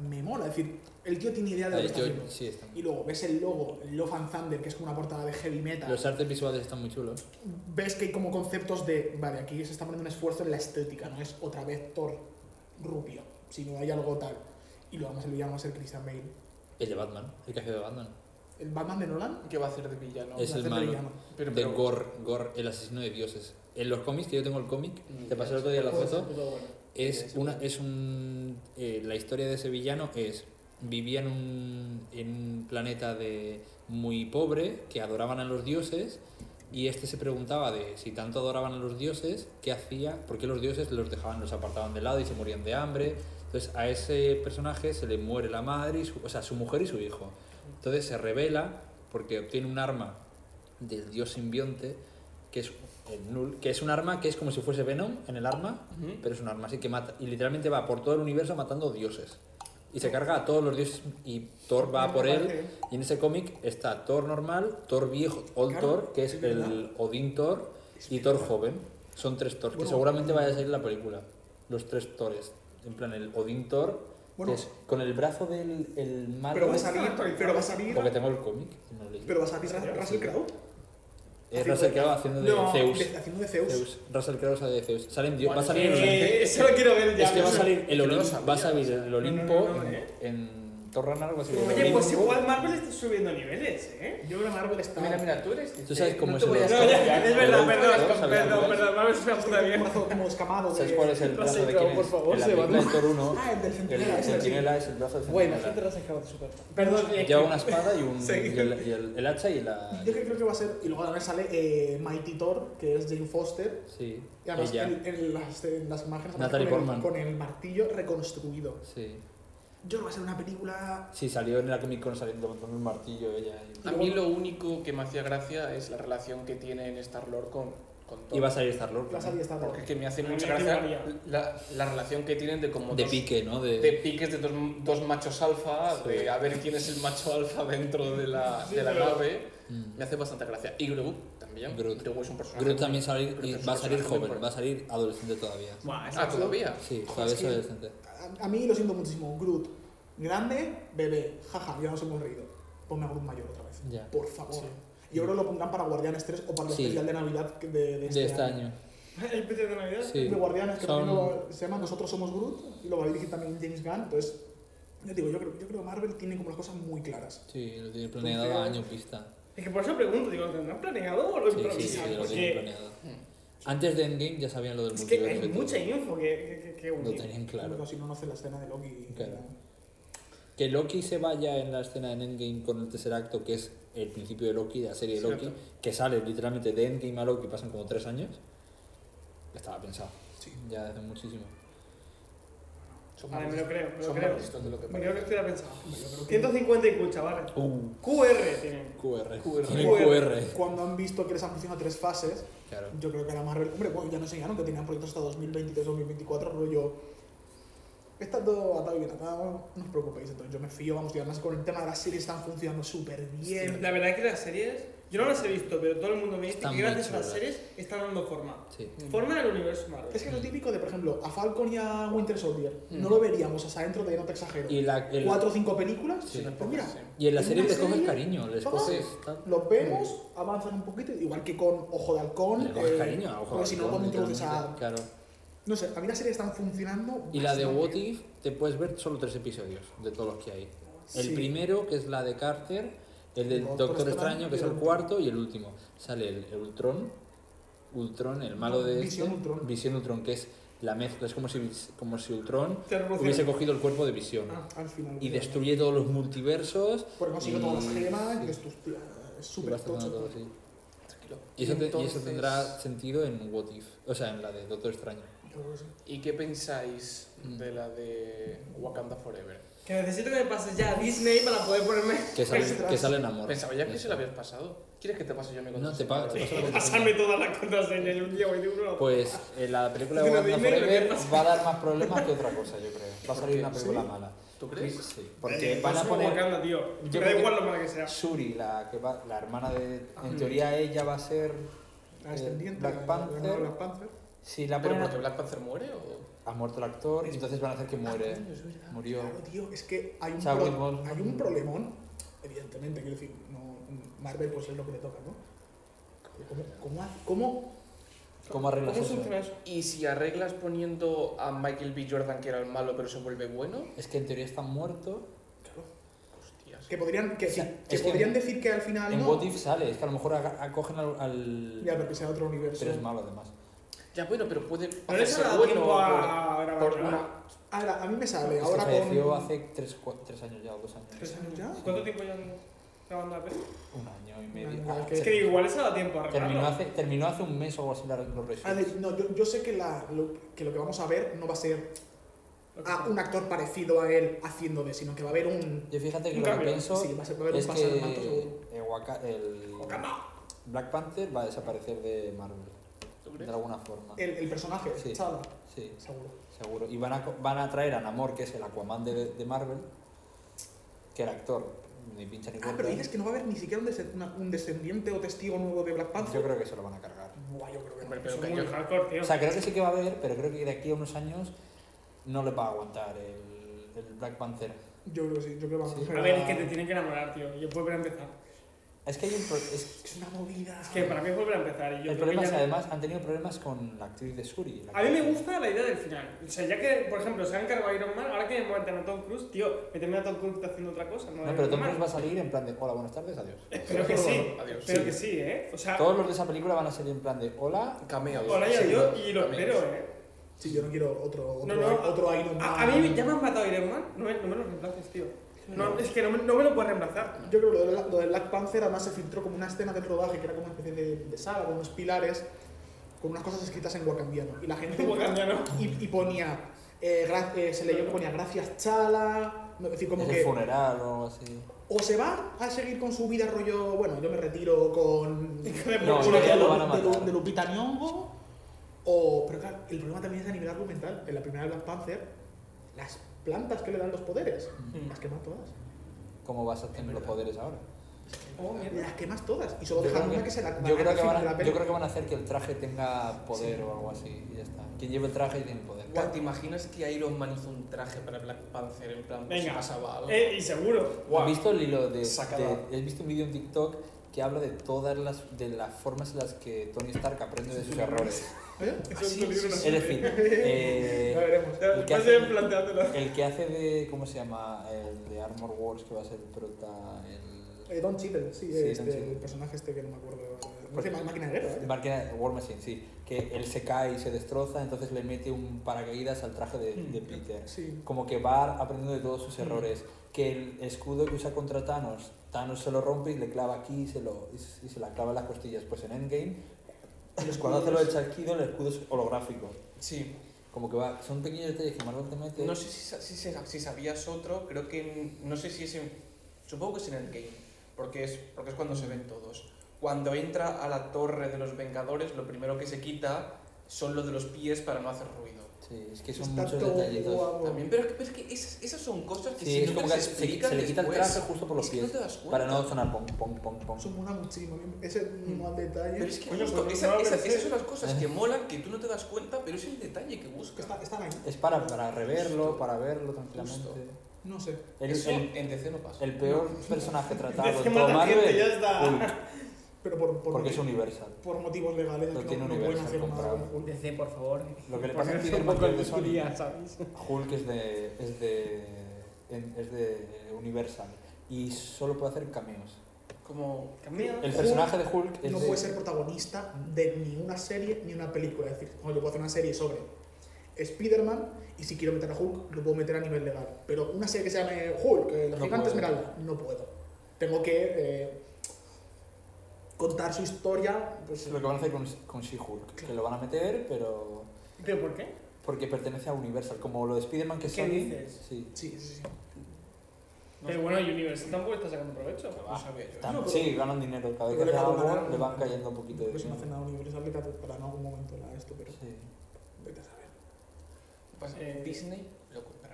me mola. Es decir, el tío tiene idea de lo
Ay,
que está
yo-
haciendo.
Ah, sí, está muy-
Y luego ves el logo, el Love and Thunder, que es como una portada de heavy metal.
Los artes visuales están muy chulos.
ves que hay como conceptos de, vale, aquí se está poniendo un esfuerzo en la estética, no es otra vez Thor rubio, sino hay algo tal. Y lo vamos a villano va a ser Christian Bale.
El de Batman, el que hace de Batman.
El Batman de Nolan
¿Qué va a hacer de
Es
villano?
va a
el
ser de
malo.
villano.
Pero-
de
pero-
Gore, Gore, el asesino de dioses. En los cómics, que yo tengo el cómic,
Mm,
te pasé el otro día la
Joder,
foto,
puto bueno.
es una es un eh, la historia de ese villano es vivía en un, en un planeta de muy pobre que adoraban a los dioses y este se preguntaba de si tanto adoraban a los dioses qué hacía por qué los dioses los dejaban los apartaban de lado y se morían de hambre entonces a ese personaje se le muere la madre y su, o sea su mujer y su hijo entonces se revela porque obtiene un arma del dios simbionte que es el Null, que es un arma que es como si fuese Venom en el arma
Ujú.
pero es un arma así que mata y literalmente va por todo el universo matando dioses y se carga a todos los dioses y Thor va
Me
por él
parece.
y en ese cómic está Thor normal Thor viejo Old
Claro,
Thor que es
es verdad.
el Odín Thor y Thor joven son tres Thor
Bueno,
que seguramente vaya a salir en la película los tres Thores en plan el Odín Thor
Bueno.
que es con el brazo del el malo
Pero va a
está
salir,
actualizado.
pero va a salir,
porque tengo el cómic no lo he leído.
pero va a salir Ra- Russell Crowe.
es Russell Crowe haciendo de
No,
Zeus
de- haciendo de Zeus.
Zeus Russell Crowe hace de Zeus Salen dio- va a
Bueno,
salir en el
Eh, eso lo quiero ver ya.
Es que Este va a
no sé.
salir el
Yo no lo
Olimpo,
sabía.
va a salir el Olimpo
No, no, no, no,
en,
¿eh?
en Thor Ragnarok, va a salir el
Oye, pues
Olimpo.
igual Marvel está subiendo niveles, ¿eh.
Yo creo que Marvel está
Mira, mira, tú eres. este,
Tú sabes cómo
no
es
te
el
voy a
otro.
No,
Esto
escapar.
ya, es verdad,
Marvel
perdón,
está
perdón,
subiendo
perdón,
niveles.
perdón, Marvel es una puta
un
mierda.
Este brazo como descamado.
¿Sabes
de-
cuál es el
Lo
brazo
sé,
de
pero
quién
por
es?
favor,
En la
se
película
van.
de Thor 1,
Ah, el del centinela.
el
ese chico.
centinela es el brazo de
Güey, la gente
centinela.
Russell Crowe, super. Perdón, eh,
Lleva una espada y, un,
Sí.
y el, y el- el hacha y la...
Yo que creo que va a ser, y luego también sale eh, Mighty Thor, que es Jane Foster.
Sí,
Y además
ella.
en, en las, en las imágenes aparece
Natalie
con,
Portman.
el, con el martillo reconstruido.
Sí.
Yo creo que va a ser una película.
Sí, salió en la Comic Con saliendo con un martillo ella.
A mí lo único que me hacía gracia es la relación que tiene en Star-Lord con, con
Y,
Thor.
va a salir Star-Lord.
Va a salir esta
Porque es
tarde.
que me hace
A mí
mucha
me
gracia
molaría.
la, la relación que tienen de como
De
dos,
pique, ¿no? De,
de piques de dos, dos machos alfa,
Sí.
de a ver quién es el macho alfa dentro de la,
Sí,
de la
pero-
nave.
Mm.
me hace bastante gracia. Y Groot también.
Groot.
es un personaje.
Groot también salir-
Groot es un
va a salir
personaje muy
joven,
fuerte.
va a salir adolescente todavía.
Buah, es
Ah, todavía.
Sí,
Joder,
todavía
es
es
que-
adolescente.
A, a mí lo siento muchísimo. Groot, grande, bebé, jaja, ya nos hemos reído. Ponme a Groot mayor otra vez.
Ya.
Por favor.
Sí.
Y ahora lo pondrán para Guardianes 3 o para el
Sí.
especial de Navidad que- de, de este,
De este año.
el especial de Navidad.
Sí.
De Guardianes, que
Son-
también lo- se llama Nosotros somos Groot y lo va a dirigir también James Gunn. Entonces, ya digo, yo creo, yo creo que Marvel tiene como las cosas muy claras.
Sí, lo tiene planeado a año pista.
Es que por eso pregunto, digo, ¿lo tendrán planeado o lo
Sí, sí, sí,
improvisan?
lo tiene
Porque
planeado.
Mm.
Antes de Endgame ya sabían lo del
es que
multiverso.
hay
y todo.
mucha info que, que, que, que
Lo
unir.
tenían claro.
Pero si no, no hace la escena de Loki.
Claro. Que Loki se vaya en la escena en Endgame con el tercer acto, que es el principio de Loki, de la serie de Loki,
Cierto.
que sale literalmente de Endgame a Loki, pasan como tres años. Estaba pensado,
Sí.
ya hace muchísimo.
Son
Vale,
más-
me lo creo, me lo
son más
creo.
listos de lo que
Me creo que
parece.
estoy pensado.
Yo creo que-
150 y cucha, chavales.
Uh,
QR tienen.
QR.
QR.
Tiene QR.
Cuando han visto que les han funcionado tres fases,
Claro.
yo creo que era Marvel. Hombre, bueno, ya no sé, ya no, que tenían proyectos hasta 2023-2024, rollo. Está todo atado y bien atado, no os preocupéis, entonces yo me fío, vamos, y además con el tema de las series están funcionando súper bien.
La verdad es que las series, yo no las he visto, pero todo el mundo me dice
Están
que gracias
muy
a las
chulas.
series están dando forma.
Sí.
Forma del universo Marvel.
Es que es lo típico de, por ejemplo, a Falcon y a Winter Soldier,
Mm.
no lo veríamos hasta dentro de, no te exagero,
Y, la, el-
cuatro o cinco películas,
Sí.
pues mira,
Sí.
y en la
¿En
serie
una
les coges
serie?
cariño, les
¿Cómo?
coges. tal.
los vemos, avanzan un poquito, igual que con Ojo de Halcón,
Le coges
eh,
cariño, a ojo.
porque si no,
halcón,
¿cómo introduces a...?
literalmente. Claro.
No sé, a mí las series están funcionando
Y la de
bastante
What
bien.
If te puedes ver solo tres episodios de todos los que hay. El
Sí.
primero, que es la de Carter, el del
Doctor
Doctor, Extraño,
Extraño,
que es
y el
el
último.
cuarto, y el último. Sale el, el Ultron, Ultron, el malo de
Visión
este,
Ultron.
Visión Ultron, que es la mezcla, es como si, como si Ultron
Te revoluciona.
hubiese cogido el cuerpo de Visión.
Ah.
Al final.
Y destruye todos los multiversos.
Porque consigue
y-
todas las gemas,
sí,
y esto hostia, es
y
súper
vas tocando
tocho.
todo, sí.
Tranquilo.
y, eso te- y eso
Entonces,
tendrá sentido en What If, o sea, en la de Doctor Extraño.
Yo creo que sí.
¿Y qué pensáis
Mm.
de la de Wakanda Forever?
Que necesito que me pases ya a Disney para poder ponerme.
Que sale,
Extras.
que sale en amor.
Pensaba ya que se la habías pasado. ¿Quieres que te pase yo mi
No, te
pago.
pago.
Pasarme todas las contraseñas y un día voy de uno a otro.
Pues eh, la película de
Pero
Wakanda
dime lo que
Forever
pasa.
va a dar más problemas que otra cosa, yo creo. Va a salir
qué?
una película mala.
¿Tú crees?
Sí, (laughs) porque
Eh,
van a
es como
poner
Wakanda, tío.
Yo
Me
creo
da
que-
igual lo malo que sea.
Shuri, la que va, la hermana de
Ah.
en teoría ella va a ser
La
eh,
descendiente,
Black
la- la- la-
Panther.
Black Panther.
Si la
Ah, ¿Pero
ponen
porque Black Panther muere o...? Ah,
ha muerto el actor y entonces van a hacer que muere.
Coño, es verdad.
Murió.
Claro, tío, es que hay un,
Chadwick
pro-
Boseman.
hay un problemón, evidentemente, quiero decir, no, Marvel pues es lo que le toca, ¿no? ¿Cómo, cómo, ha- cómo
¿Cómo arreglas
¿Cómo
eso?
funciona eso?
¿Y si arreglas poniendo a Michael B. Jordan, que era el malo, pero se vuelve bueno?
Es que en teoría están muertos.
Hostias.
que podrían, que,
O sea,
que
es que
podrían
en-
decir que al final
En
Ah, no?
What If sale, es que a lo mejor aga- acogen al. al-
Ya, pero que sea otro universo.
Pero es malo además.
Ya bueno, pero puede
No les
hacerse
ha dado
bueno
tiempo
por-
a grabar
por
nada.
una-
Ahora, a mí me sale,
Es que
ahora
falleció
con...
hace tres, cua- tres años ya o dos años.
¿Tres
años ya?
¿Cuánto tiempo ya han grabando la peli?
Un año y
Un
medio.
año,
Ah,
es que-
Es que igual les ha dado tiempo a
Terminó
arreglarlo.
hace, terminó hace un mes o algo así la, los
Ah,
reshoots.
de- no, yo, yo sé que, la, lo, que lo que vamos a ver no va a ser
Lo que
a
sea.
un actor parecido a él haciendo de, sino que va a haber un...
Yo fíjate que
Un
lo que
cambio.
pienso
Sí, va a ser- va a haber un
es
paso de manto
que
seguro. Oh,
el, Waka- el Black Panther va a desaparecer de Marvel,
¿Tú
de
crees?
alguna forma.
El, el personaje,
Sí.
T'Challa,
Sí,
seguro.
seguro. Y van a, co- van a traer a Namor, que es el Aquaman de, de Marvel, que era actor, ni pincha ni
Ah,
corta.
pero dices que no va a haber ni siquiera un, descend- una- un descendiente o testigo nuevo de Black Panther.
Yo creo que se lo van a cargar.
Buah, yo creo que no.
Hombre,
Eso
pero
es
que
muy
yo-
hardcore, tío.
O sea, creo que sí que va a haber, pero creo que de aquí a unos años no le va a aguantar el, el Black Panther.
Yo creo que sí, yo creo que va
Sí.
A ver, es que te tienen que enamorar, tío. Yo volver a empezar.
Es que hay un pro- es-
Es una movida.
Es que para mí es volver a empezar. Y yo
el
creo que
problema es que
ya...
además han tenido problemas con la actriz de Suri. la
A mí me
que-
gusta la idea del final. O sea, ya que, por ejemplo, se han cargado a Iron Man, ahora que me muerten a Tom Cruise, tío, me termina Tom Cruise haciendo otra cosa. No,
No,
de
pero Tom
Iron Man.
Cruise va a salir en plan de hola, buenas tardes, adiós.
Espero que sí.
Adiós.
Espero
Sí.
que sí, ¿eh? O sea,
Todos los de esa película van a salir en plan de hola.
Cameos.
hola y
Sí,
adiós, y lo
cameos.
espero, ¿eh?
Sí, yo no quiero otro, otro,
No, no.
otro Iron Man.
A, a mí ya me han matado a Iron Man, no me, no me lo reemplaces, tío. No, es que no me, no me lo puedes reemplazar.
Yo creo que lo de, Black- lo de Black Panther además se filtró como una escena del rodaje que era como una especie de, de sala, con unos pilares, con unas cosas escritas en wakandiano. Y la gente.
Wakandiano.
Y, y ponía. eh, gra- eh, se leyó que ponía gracias Chala. no, Es decir, como
es
que.
el funeral o algo así.
O se va a seguir con su vida rollo, bueno, yo me retiro
(laughs)
con.
No,
con
es que ya
de,
lo van a
de Lu-
matar.
de Lupita Nyong'o. O, pero claro, el problema también es a nivel argumental. En la primera de Black Panther,
Mm.
las plantas que le dan los poderes, las queman todas.
¿Cómo vas a tener los poderes ahora?
Oh, mierda.
Las quemas todas. Y solo dejaron una que se la
yo creo
al
que
final
van
de
a,
la peli.
yo creo que van a hacer que el traje tenga poder o algo así. Y ya está. Quien lleve el traje tiene poder.
Guau, ¿Te imaginas que Iron Man hizo un traje para Black Panther en plan pues,
Venga.
si pasaba algo?
Eh, y seguro.
Guau.
¿Has visto el hilo de,
Sacada.
de- ¿Has visto un vídeo en TikTok que habla de todas las, de las formas en las que Tony Stark aprende de sus errores?
¿Eh?
Eso
Eso
es
es
un libro.
Es decir,
Ya
eh,
veremos.
¿Y qué
Vas
hace?
a planteándolo.
el que hace de. ¿Cómo se llama? El de Armor Wars, que va a ser el prota. El.
Eh, Don Cheadle, sí,
Sí,
este,
Don Cheadle.
el personaje este que no me acuerdo.
Pues-
Parece más máquina de guerra, ¿eh?
Máquina- War Machine, sí. Que él se cae y se destroza, entonces le mete un paracaídas al traje de,
Mm.
de Peter.
Sí.
como que va aprendiendo de todos sus errores. Que el escudo que usa contra Thanos, Thanos se lo rompe y le clava aquí y se, lo, y se- y se la clava en las costillas. Pues en Endgame, cuando hace lo del chasquido, el escudo es holográfico.
Sí.
Como que va, son pequeños detalles que Marvel te mete.
No sé si, sa- si, se- si sabías otro, creo que. en- No sé si es en. Supongo que es en el game, porque es, porque es cuando se ven todos. Cuando entra a la torre de los Vengadores, lo primero que se quita son los de los pies para no hacer ruido.
Sí, es que son
Está
muchos
todo
detallitos.
guapo.
También, pero, es que- pero es que esas, esas son cosas que
Sí,
si
es
no
como
te
que
las
se,
explican
se le quita el
después,
traje justo por los
es que
pies.
no te das cuenta.
para no sonar pong, pong, pong, pong.
Eso mola muchísimo. Ese mimo al detalle.
Pero es que
Coño,
justo,
pues,
esa-
no
esa-
pensé.
esas son las cosas
(laughs)
que
Eh.
molan, que tú no te das cuenta, pero es el detalle que buscas.
Está- están ahí.
Es para, para reverlo, para verlo tranquilamente.
Justo.
No sé.
El,
Eso
el-
en DC no pasa.
el peor personaje tratado
Es que
en todo
mata gente, ya
Marvel,
está.
Hulk,
Pero por, por,
porque es universal.
por motivos legales
No
es que
tiene
no, no pueden
universo
hacer nada
comprado.
con Hulk.
DC, por favor.
Lo que le pasa a
Ponerse un
Spider-Man
poco
que
en
es de Sony. (laughs)
discuría, ¿sabes?
Hulk es de, es de, en- es de Universal y solo puede hacer cameos.
Como.
Camino.
El personaje de Hulk es
No
de-
puede ser protagonista de ni una serie ni una película. Es decir, no, yo puedo hacer una serie sobre Spider-Man y si quiero meter a Hulk, lo puedo meter a nivel legal. Pero una serie que se llame Hulk, eh, los
No
gigantes
puedo.
esmeralda, no puedo. Tengo que eh, contar su historia. Pues,
es lo que van a hacer con, con She-Hulk, que lo van a meter, pero
¿Pero por qué?
porque pertenece a Universal, como lo de Spider-Man que es
¿Qué
Sony.
dices?
Sí.
Sí, sí, sí.
No
Pero Eh, bueno, Universal tampoco está sacando provecho.
No sabía yo.
Tam-
No, pero-
sí, ganan dinero. Cada vez que
pero
hacen
le van a
algo
ganar-
le van cayendo un poquito de
Pues no
dinero.
hace nada universal de para en algún momento era esto, pero
Sí.
vete a saber.
Pues,
Eh,
Disney lo comprará.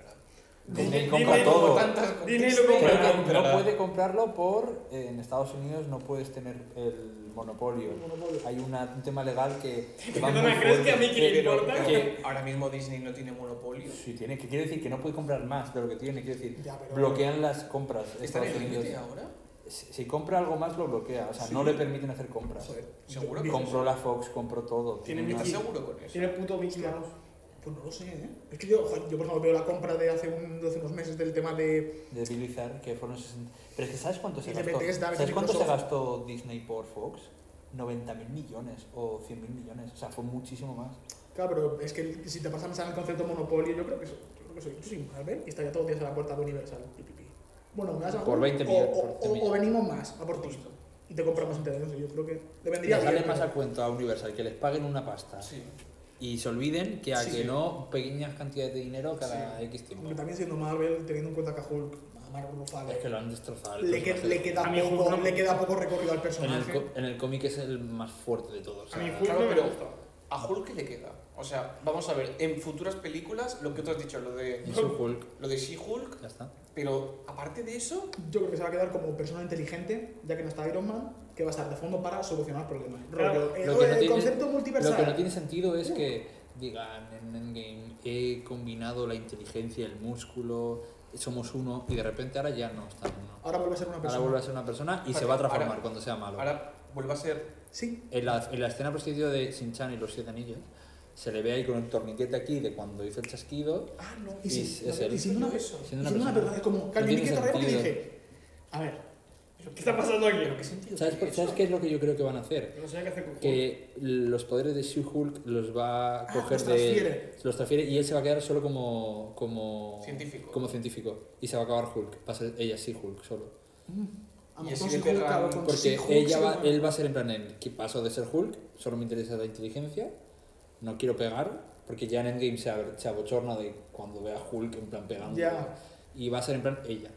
Disney
Disney
compra
lo-
todo.
Tantas-
Disney lo
Creo
Disney
comprará.
que no
comprará.
puede comprarlo por eh, en Estados Unidos no puedes tener el monopolio.
Monopolio.
Hay una- un tema legal
(laughs)
que que va
Perdona,
muy
¿crees que a
fuerte.
mí que le
Pero-
importa?
que-
Ahora mismo Disney no tiene monopolio.
Sí, tiene, que quiere decir que no puede comprar más de lo que tiene, quiere decir,
Ya, pero-
bloquean las compras.
¿Está en
Estados
el
Unidos.
límite ahora?
Si, si compra algo más lo bloquea, o sea, no le permiten hacer compras.
Joder,
Seguro
yo-
Compró la Fox, compró todo.
Tiene
una-
¿Estás
Sí.
seguro con eso?
Tiene puto Mickey
Hostia,
Mouse.
Pues no lo sé, ¿eh? Es que yo, joder, yo por ejemplo veo la compra de hace, un- de hace unos meses del tema de...
de Bill Bizarre, que fueron 60. Pero es que ¿sabes cuánto se
Y de
gastó?
BTS, David
¿Sabes cuánto se
Microsoft.
gastó Disney por Fox? 90.000 millones o 100.000 millones, o sea, fue muchísimo más.
Claro, pero es que el- si te pasamos al concepto monopolio, yo creo que soy, yo creo que soy, yo soy Marvel y estaría todos los días a la puerta de Universal. Pi, pi, pi. Bueno, me das a
Por
Hulk,
20
o-
millones,
o,
por 20
o- o
millones.
venimos más a por ti
Justo.
y te compramos entre ellos. Yo creo que le vendría
Les sale
bien,
más
pero-
a cuento a Universal que les paguen una pasta
Sí.
y se olviden que a
Sí,
que
sí.
no pequeñas cantidades de dinero cada X tiempo.
Aunque también siendo Marvel, teniendo en cuenta que a Hulk, a Mark Ruffalo,
Es que lo han destrozado. el
le, que-
personaje.
le queda ¿eh?
A mí Hulk
poco,
no-
le queda poco recorrido al
En el,
personaje.
co- en el cómic es el más fuerte de todos.
A mí
o sea,
Hulk
claro,
no me
pero-
gusta.
¿A Hulk qué le queda? O sea, vamos a ver, en futuras películas, lo que tú has dicho, lo de,
en su Hulk,
lo de She-Hulk,
ya está.
pero aparte de eso,
Yo creo que se va a quedar como persona inteligente, ya que no está Iron Man, que va a estar de fondo para solucionar problemas.
Claro.
Rollo, eh,
Lo que no
el
tiene-
concepto
Lo que no
multiversal.
tiene sentido es que digan en Endgame he combinado la inteligencia, el músculo, somos uno y de repente ahora ya no están uno.
Ahora vuelve a ser una
Ahora
persona.
vuelve a ser una persona y se va a
Ahora-
transformar cuando sea malo.
ahora vuelve a ser...
Sí,
En la, en la escena posterior de Shin-Chan y los siete anillos, se le ve ahí con el torniquete aquí de cuando hizo el chasquido.
Ah, no.
y,
Y
sí,
es-
no,
es
y
el-
siendo una,
eso.
y
siendo una
siendo
persona.
una persona. Es como,
No
Calvin
tiene
Mickey Torreo que
sentido.
dije, a ver,
¿Qué está pasando aquí?
¿Pero qué sentido
¿Sabes,
tiene
por- ¿Sabes
eso?
qué es lo que yo creo que van a hacer?
No sé qué hacer con Hulk.
que los poderes de She-Hulk los va a
Ah,
coger
los
de
transfiere.
los transfiere y él se va a quedar solo como como
Científico.
como científico y se va a acabar Hulk va a ser ella sí Hulk solo
a lo
Y así
mejor si
le
Hulk
pegan-
acaba con
porque
si Hulk
ella
se
va,
lo-
él va a ser en plan el que paso de ser Hulk solo me interesa la inteligencia no quiero pegar porque ya en Endgame se, ab- se abochorna de cuando ve a Hulk en plan pegando
Ya.
y va a ser en plan ella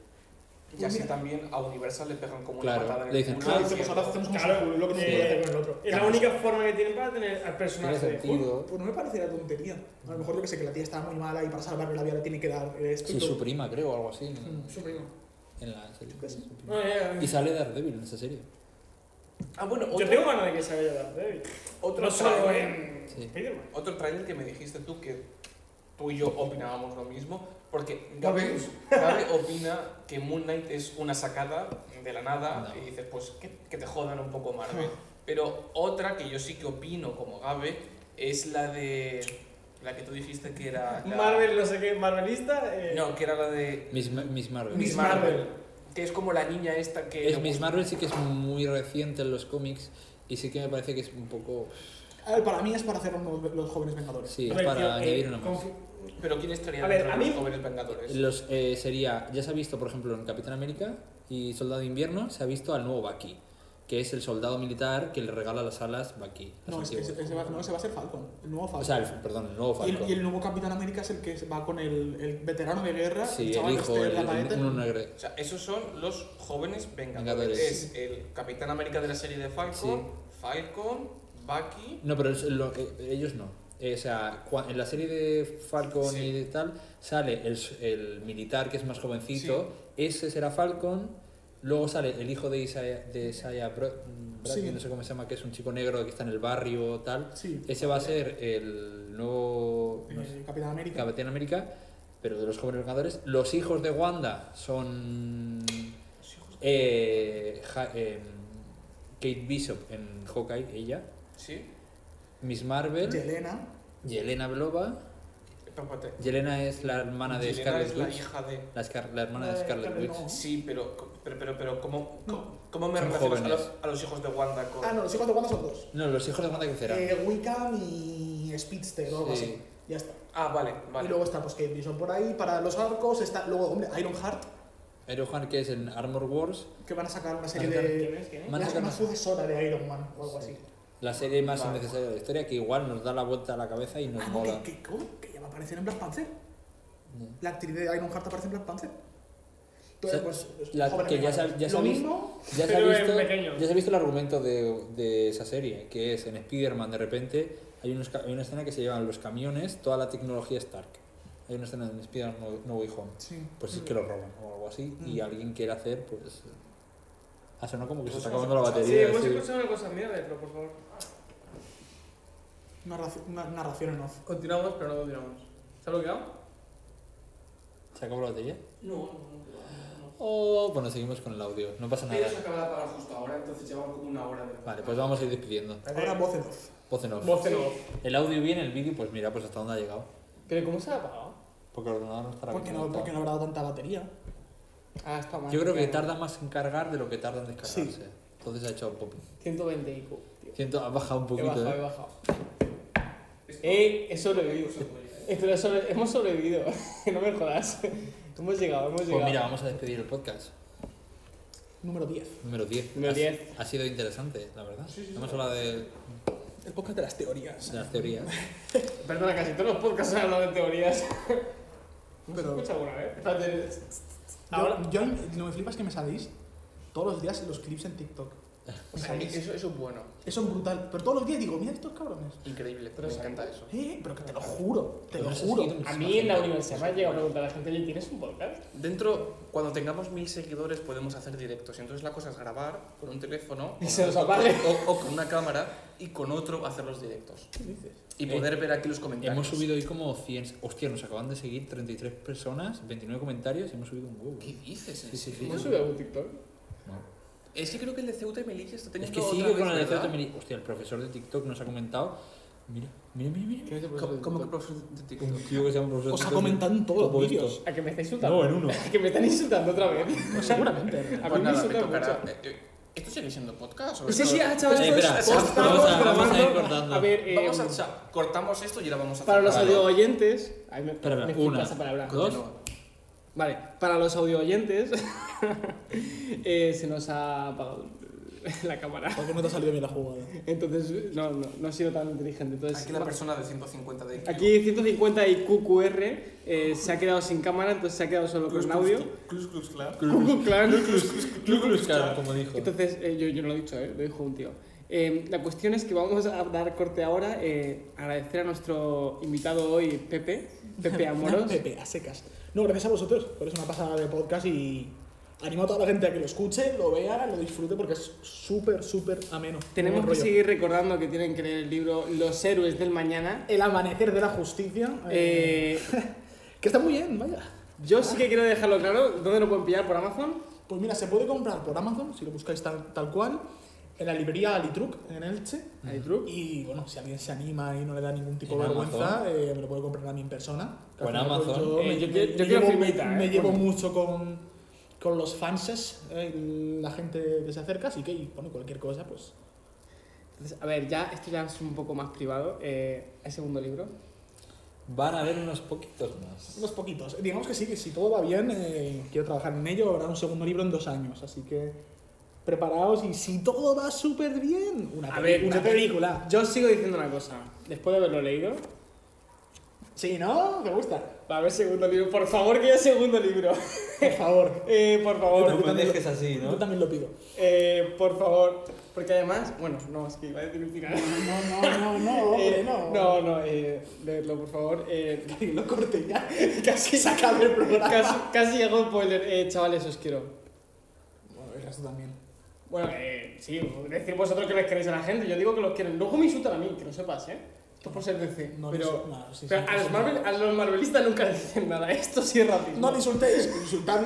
Y
Pues
así
Mira.
también a Universal le pegan como
Claro,
una patada en
le
el
dicen,
culo
Claro,
diciendo,
pues ahora hacemos un
Claro,
Hulk, lo que no se
eh,
podía hacer con el otro.
Es la
Además,
única forma que tienen para tener al
tiene
personaje de Hulk.
sentido
Pues no me parece la tontería. A lo mejor yo que sé que la tía estaba muy mala y para salvarle la vida le tiene que dar eh,
sí,
espíritu. Hmm.
su prima creo o algo así
Su primo.
en la serie.
No, ya, ya.
Y sale Daredevil en esa serie.
Ah, bueno,
Yo
otro,
tengo ganas de que se vaya Daredevil.
otro
No solo
trailer-
en
Sí.
Spider-Man.
Otro trailer que me dijiste tú que tú y yo opinábamos lo mismo, porque
¿Lo
Gabe,
vemos?
Gabe opina que Moon Knight es una sacada de la nada
No.
y dices, pues que, que te jodan un poco Marvel. Pero otra que yo sí que opino como Gabe es la de. la que tú dijiste que era. la-
Marvel, no sé qué, Marvelista. Eh,
No, que era la de.
Miss, Ma- Miss Marvel.
Miss
Miss
Marvel.
Marvel. Que es como la niña esta que.
Es, Miss Marvel sí que es muy reciente en los cómics y sí que me parece que es un poco...
A ver, para mí es para hacer los, los jóvenes vengadores.
Sí,
A
es
ver, tío,
para
eh,
añadir una más.
confi-
Pero ¿quién estaría
A ver,
dentro
a
de los
mí-
jóvenes vengadores?
Los, eh, sería, ya se ha visto, por ejemplo, en Capitán América y Soldado de Invierno, se ha visto al nuevo Bucky, que es el soldado militar que le regala las alas Bucky. las
No, es-
antiguas.
ese, ese va, no, ese va a ser Falcon. El nuevo Falcon.
o sea, el, perdón, el nuevo
Y el-
Falcon.
Y, el nuevo Capitán América es el que va con el, el veterano de guerra,
sí,
el
el
chaval
hijo,
este
el,
Lafayette.
el- uno negro.
O sea, esos son los jóvenes vengadores.
Vengadores.
Es el Capitán América de la serie de Falcon, Falcon, Bucky.
No, pero es lo- eh, ellos no. Eh, o sea, cua- en la serie de Falcon
Sí.
y de tal, sale el, s- el militar que es más jovencito, ese será Falcon, luego sale el hijo de Isaiah, de Isaiah Bro- Bradley,
Sí.
no sé cómo se llama, que es un chico negro que está en el barrio tal.
Sí,
Ese va a ser el nuevo no sé,
eh, Capitán América.
Capitán América, pero de los jóvenes vengadores. Los hijos de Wanda son eh, Ja- em, Kate Bishop en Hawkeye, ella,
Sí.
Miss Marvel.
Yelena.
Yelena Belova.
Espérate.
Yelena es la hermana de
Yelena
Scarlet
es la
Witch.
hija de.
La, Scar- la hermana
La
de
de
Scarlet
Scarlet
Witch.
No.
Sí, pero, pero, pero, pero ¿cómo, cómo, cómo me
Son
relacionas a
jóvenes.
los, a los hijos de Wanda con.
Ah, no, los hijos de Wanda son dos.
No, los hijos de Wanda crecerán.
Eh, Wickham y Speedster o algo
Sí.
así. Ya está.
Ah, vale,
Y
vale.
luego está pues Kate Bishop por ahí para los arcos. Está, luego, hombre, Ironheart,
Ironheart, que es en Armor Wars,
que van a sacar una serie
Ironheart,
¿Quién
de.
es? ¿Quién es?
Van a
Una,
sacar
una
una-
sucesora de Iron Man o algo
Sí.
así.
la serie más
Vale.
innecesaria de la historia, que igual nos da la vuelta a la cabeza y nos
Ah, no,
mola.
que, que, ¿cómo? que ya va a aparecer en Black Panther.
No.
La actriz de Ironheart aparece en Black Panther. Entonces,
O sea,
pues.
la-
jóvenes
que ya se ha-
vengadores.
ya se
Lo
ha visto-
mismo.
Ya se, ha
Pero en
visto,
pequeño.
ya se ha visto el argumento de, de esa serie, que es en Spider-Man de repente hay, unos, ca- hay una escena que se llevan los camiones, toda la tecnología Stark. Hay una escena en Spider-Man No- No Way Home.
Sí.
Pues es que lo roban o algo así y
Mm.
alguien quiere hacer, pues... Ha sonado como que se
Pues
está
hemos
acabando la
escuchado.
Ah, Sí,
batería.
hemos
sí.
escuchado una cosa mía, pero por favor.
Narraci- una narración en off.
Continuamos, pero no continuamos. ¿Se ha bloqueado?
¿Se acabó la batería?
No, no, no. no.
Oh, bueno, seguimos con el audio, no pasa nada.
Ella se acaba de apagar justo ahora, entonces llevamos como una hora de.
Vale, pues vamos a ir despidiendo.
Ahora voz en off.
Voz en off.
Voz en off.
El audio bien, el vídeo, pues mira, pues hasta dónde ha llegado.
¿Pero cómo se ha apagado?
Porque el ordenador no estará
Porque no,
conectado.
porque no habrá dado tanta batería.
Ah, está mal.
Yo creo que tarda más en cargar de lo que tarda en descargarse.
Sí.
Entonces ha hecho pop.
120 IQ, tío.
Siento, ha bajado un
He
poquito.
bajado, he
¿eh?
bajado. Eh, he sobrevivido. Esto lo sobre- Hemos sobrevivido. (laughs) no me jodas. Hemos llegado, hemos llegado.
Pues mira, vamos a despedir el podcast.
Número 10.
Número 10.
Número
Ha-
10.
Ha, sido interesante, la verdad. Hemos hablado de, de
El podcast de las teorías.
las teorías.
(laughs)
Perdona, casi todos los podcasts han hablado de teorías. ¿No se
Pero-
escucha alguna ¿eh? vez? Espérate. Ahora-
Yo, yo lo que me flipa es que me salís todos los días los clips en TikTok. Me salís.
eso, eso es bueno.
Eso es brutal. Pero todos los días digo, mira estos cabrones.
Increíble, me encanta eso.
Eh, pero que te lo juro, te
Pero
lo
no sé si
juro.
tiene
A
muchísima
mí en la
gente.
universidad me ha llegado a preguntar a la gente, oye, ¿tienes un podcast?
Dentro, cuando tengamos mil seguidores, podemos hacer directos. Entonces, la cosa es grabar con
(laughs)
un teléfono
Y
o-
se los
o-
apague.
o, o con una cámara y con otro hacer los directos.
¿Qué dices?
Y
Eh,
poder ver aquí los comentarios.
Hemos subido hoy como 100. Hostia, nos acaban de seguir 33 personas, 29 comentarios y hemos subido un huevo. ¿eh?
¿Qué dices? ¿En
Sí, sí, sí.
serio?
¿Hemos subido algún TikTok?
No.
Es que creo que el de Ceuta y Melilla está
Es
teniendo
que
otra
sigue
vez,
con el
¿verdad?
efecto mini- Hostia, el profesor de TikTok nos ha comentado. Mira, mira, mira, mira.
¿Quién es el
¿Cómo,
profesor
cómo
de
que profesor de
Un
TikTok?
tío que se llama profesor
Os
de
ha
TikTok.
comentado en todos
Todo
los
esto.
vídeos.
TikTok? ¿A que me está insultando?
No, en uno.
¿A que me están insultando otra vez?
Pues seguramente.
A mí
Pues
me
nada, me
insultan
tocará.
mucho.
Eh, eh, ¿Esto sigue siendo podcast? o
Sí,
esto-
sí, ah, chavales,
Eh, espera,
pues,
vamos a-
estamos
vamos a ir
grabando.
cortando.
A ver, eh,
Vamos a... o sea, cortamos esto y ahora vamos a...
para los
Vale.
audio oyentes. Ay, me,
Espera,
me
espera,
flipa
una,
esa palabra.
dos.
Vale, para los audio oyentes, (laughs) eh, se nos ha apagado (laughs) la cámara.
Porque no te ha salido bien la jugada.
Entonces, no, no, no ha sido tan inteligente. Entonces,
Aquí la
va-
Pues-
persona de 150 de IQ.
aquí 150 y QQR eh, se ha quedado sin cámara, entonces se ha quedado solo con audio.
Clus, clus, claro.
Claro.
Claro, como dijo.
Entonces, eh, yo, yo no lo he dicho, eh, lo dijo un tío. Eh, la cuestión es que vamos a dar corte ahora. eh, agradecer a nuestro invitado hoy, Pepe, Pepe
(laughs)
Amoros.
Pepe, a secas. No, gracias a vosotros. Por eso una pasada de podcast y Animo a toda la gente a que lo escuche, lo vea, lo disfrute porque es súper, súper ameno.
Tenemos
Buen
que
rollo.
seguir recordando que tienen que leer el libro Los héroes del mañana.
El amanecer de la justicia. eh,
Eh,
que está muy bien, vaya.
yo sí que quiero dejarlo claro. ¿Dónde lo pueden pillar? ¿Por Amazon?
Pues mira, se puede comprar por Amazon, si lo buscáis tal, tal cual, en la librería Alitruc, en Elche.
Alitruc.
Y bueno, si alguien se anima y no le da ningún tipo
En
de vergüenza,
Amazon.
eh, me lo puede comprar a mí en persona. Que
Con
al final, pues,
Amazon.
yo me-
Eh, yo
me-
quiero- yo
me
quiero
llevo-
firmita,
me- me
eh,
llevo
con-
mucho con, con los fanses, eh, la gente que se acerca, así que y, bueno, cualquier cosa, pues
Entonces, a ver, ya esto ya es un poco más privado. Eh, el segundo libro.
Van a haber unos poquitos más.
unos poquitos. Digamos que sí, que si todo va bien, eh, quiero trabajar en ello, habrá un segundo libro en dos años, así que preparaos y si todo va súper bien, una,
A
peli-
ver,
una
yo te-
película.
Yo sigo diciendo una cosa. Después de haberlo leído,
Sí, ¿no? ¿Te gusta?
va a haber segundo libro. Por favor, que haya segundo libro. (laughs)
Por favor.
Eh, por favor.
No me dejes así,
Yo
¿no?
también lo pido.
Eh, por favor. Porque además, bueno, no, es que iba a decir un final.
No, no, no, (laughs) no,
Eh, no, no, eh, leerlo, por favor. Eh, (laughs)
Que lo corte (laughs) ya.
casi,
Se acaba el programa.
casi, casi hago spoiler. Eh, chavales, os quiero.
Bueno, el resto también.
Bueno, eh, sí, decir vosotros que les queréis a la gente. Yo digo que los quieren. Luego me insultan a mí, que lo sepas, ¿eh? Esto es por ser DC.
No,
pero
no, sí, sí,
pero a,
sí,
los
sí.
Marvel- a los marvelistas nunca les dicen nada. Esto sí es racismo.
No le insultéis, insultadme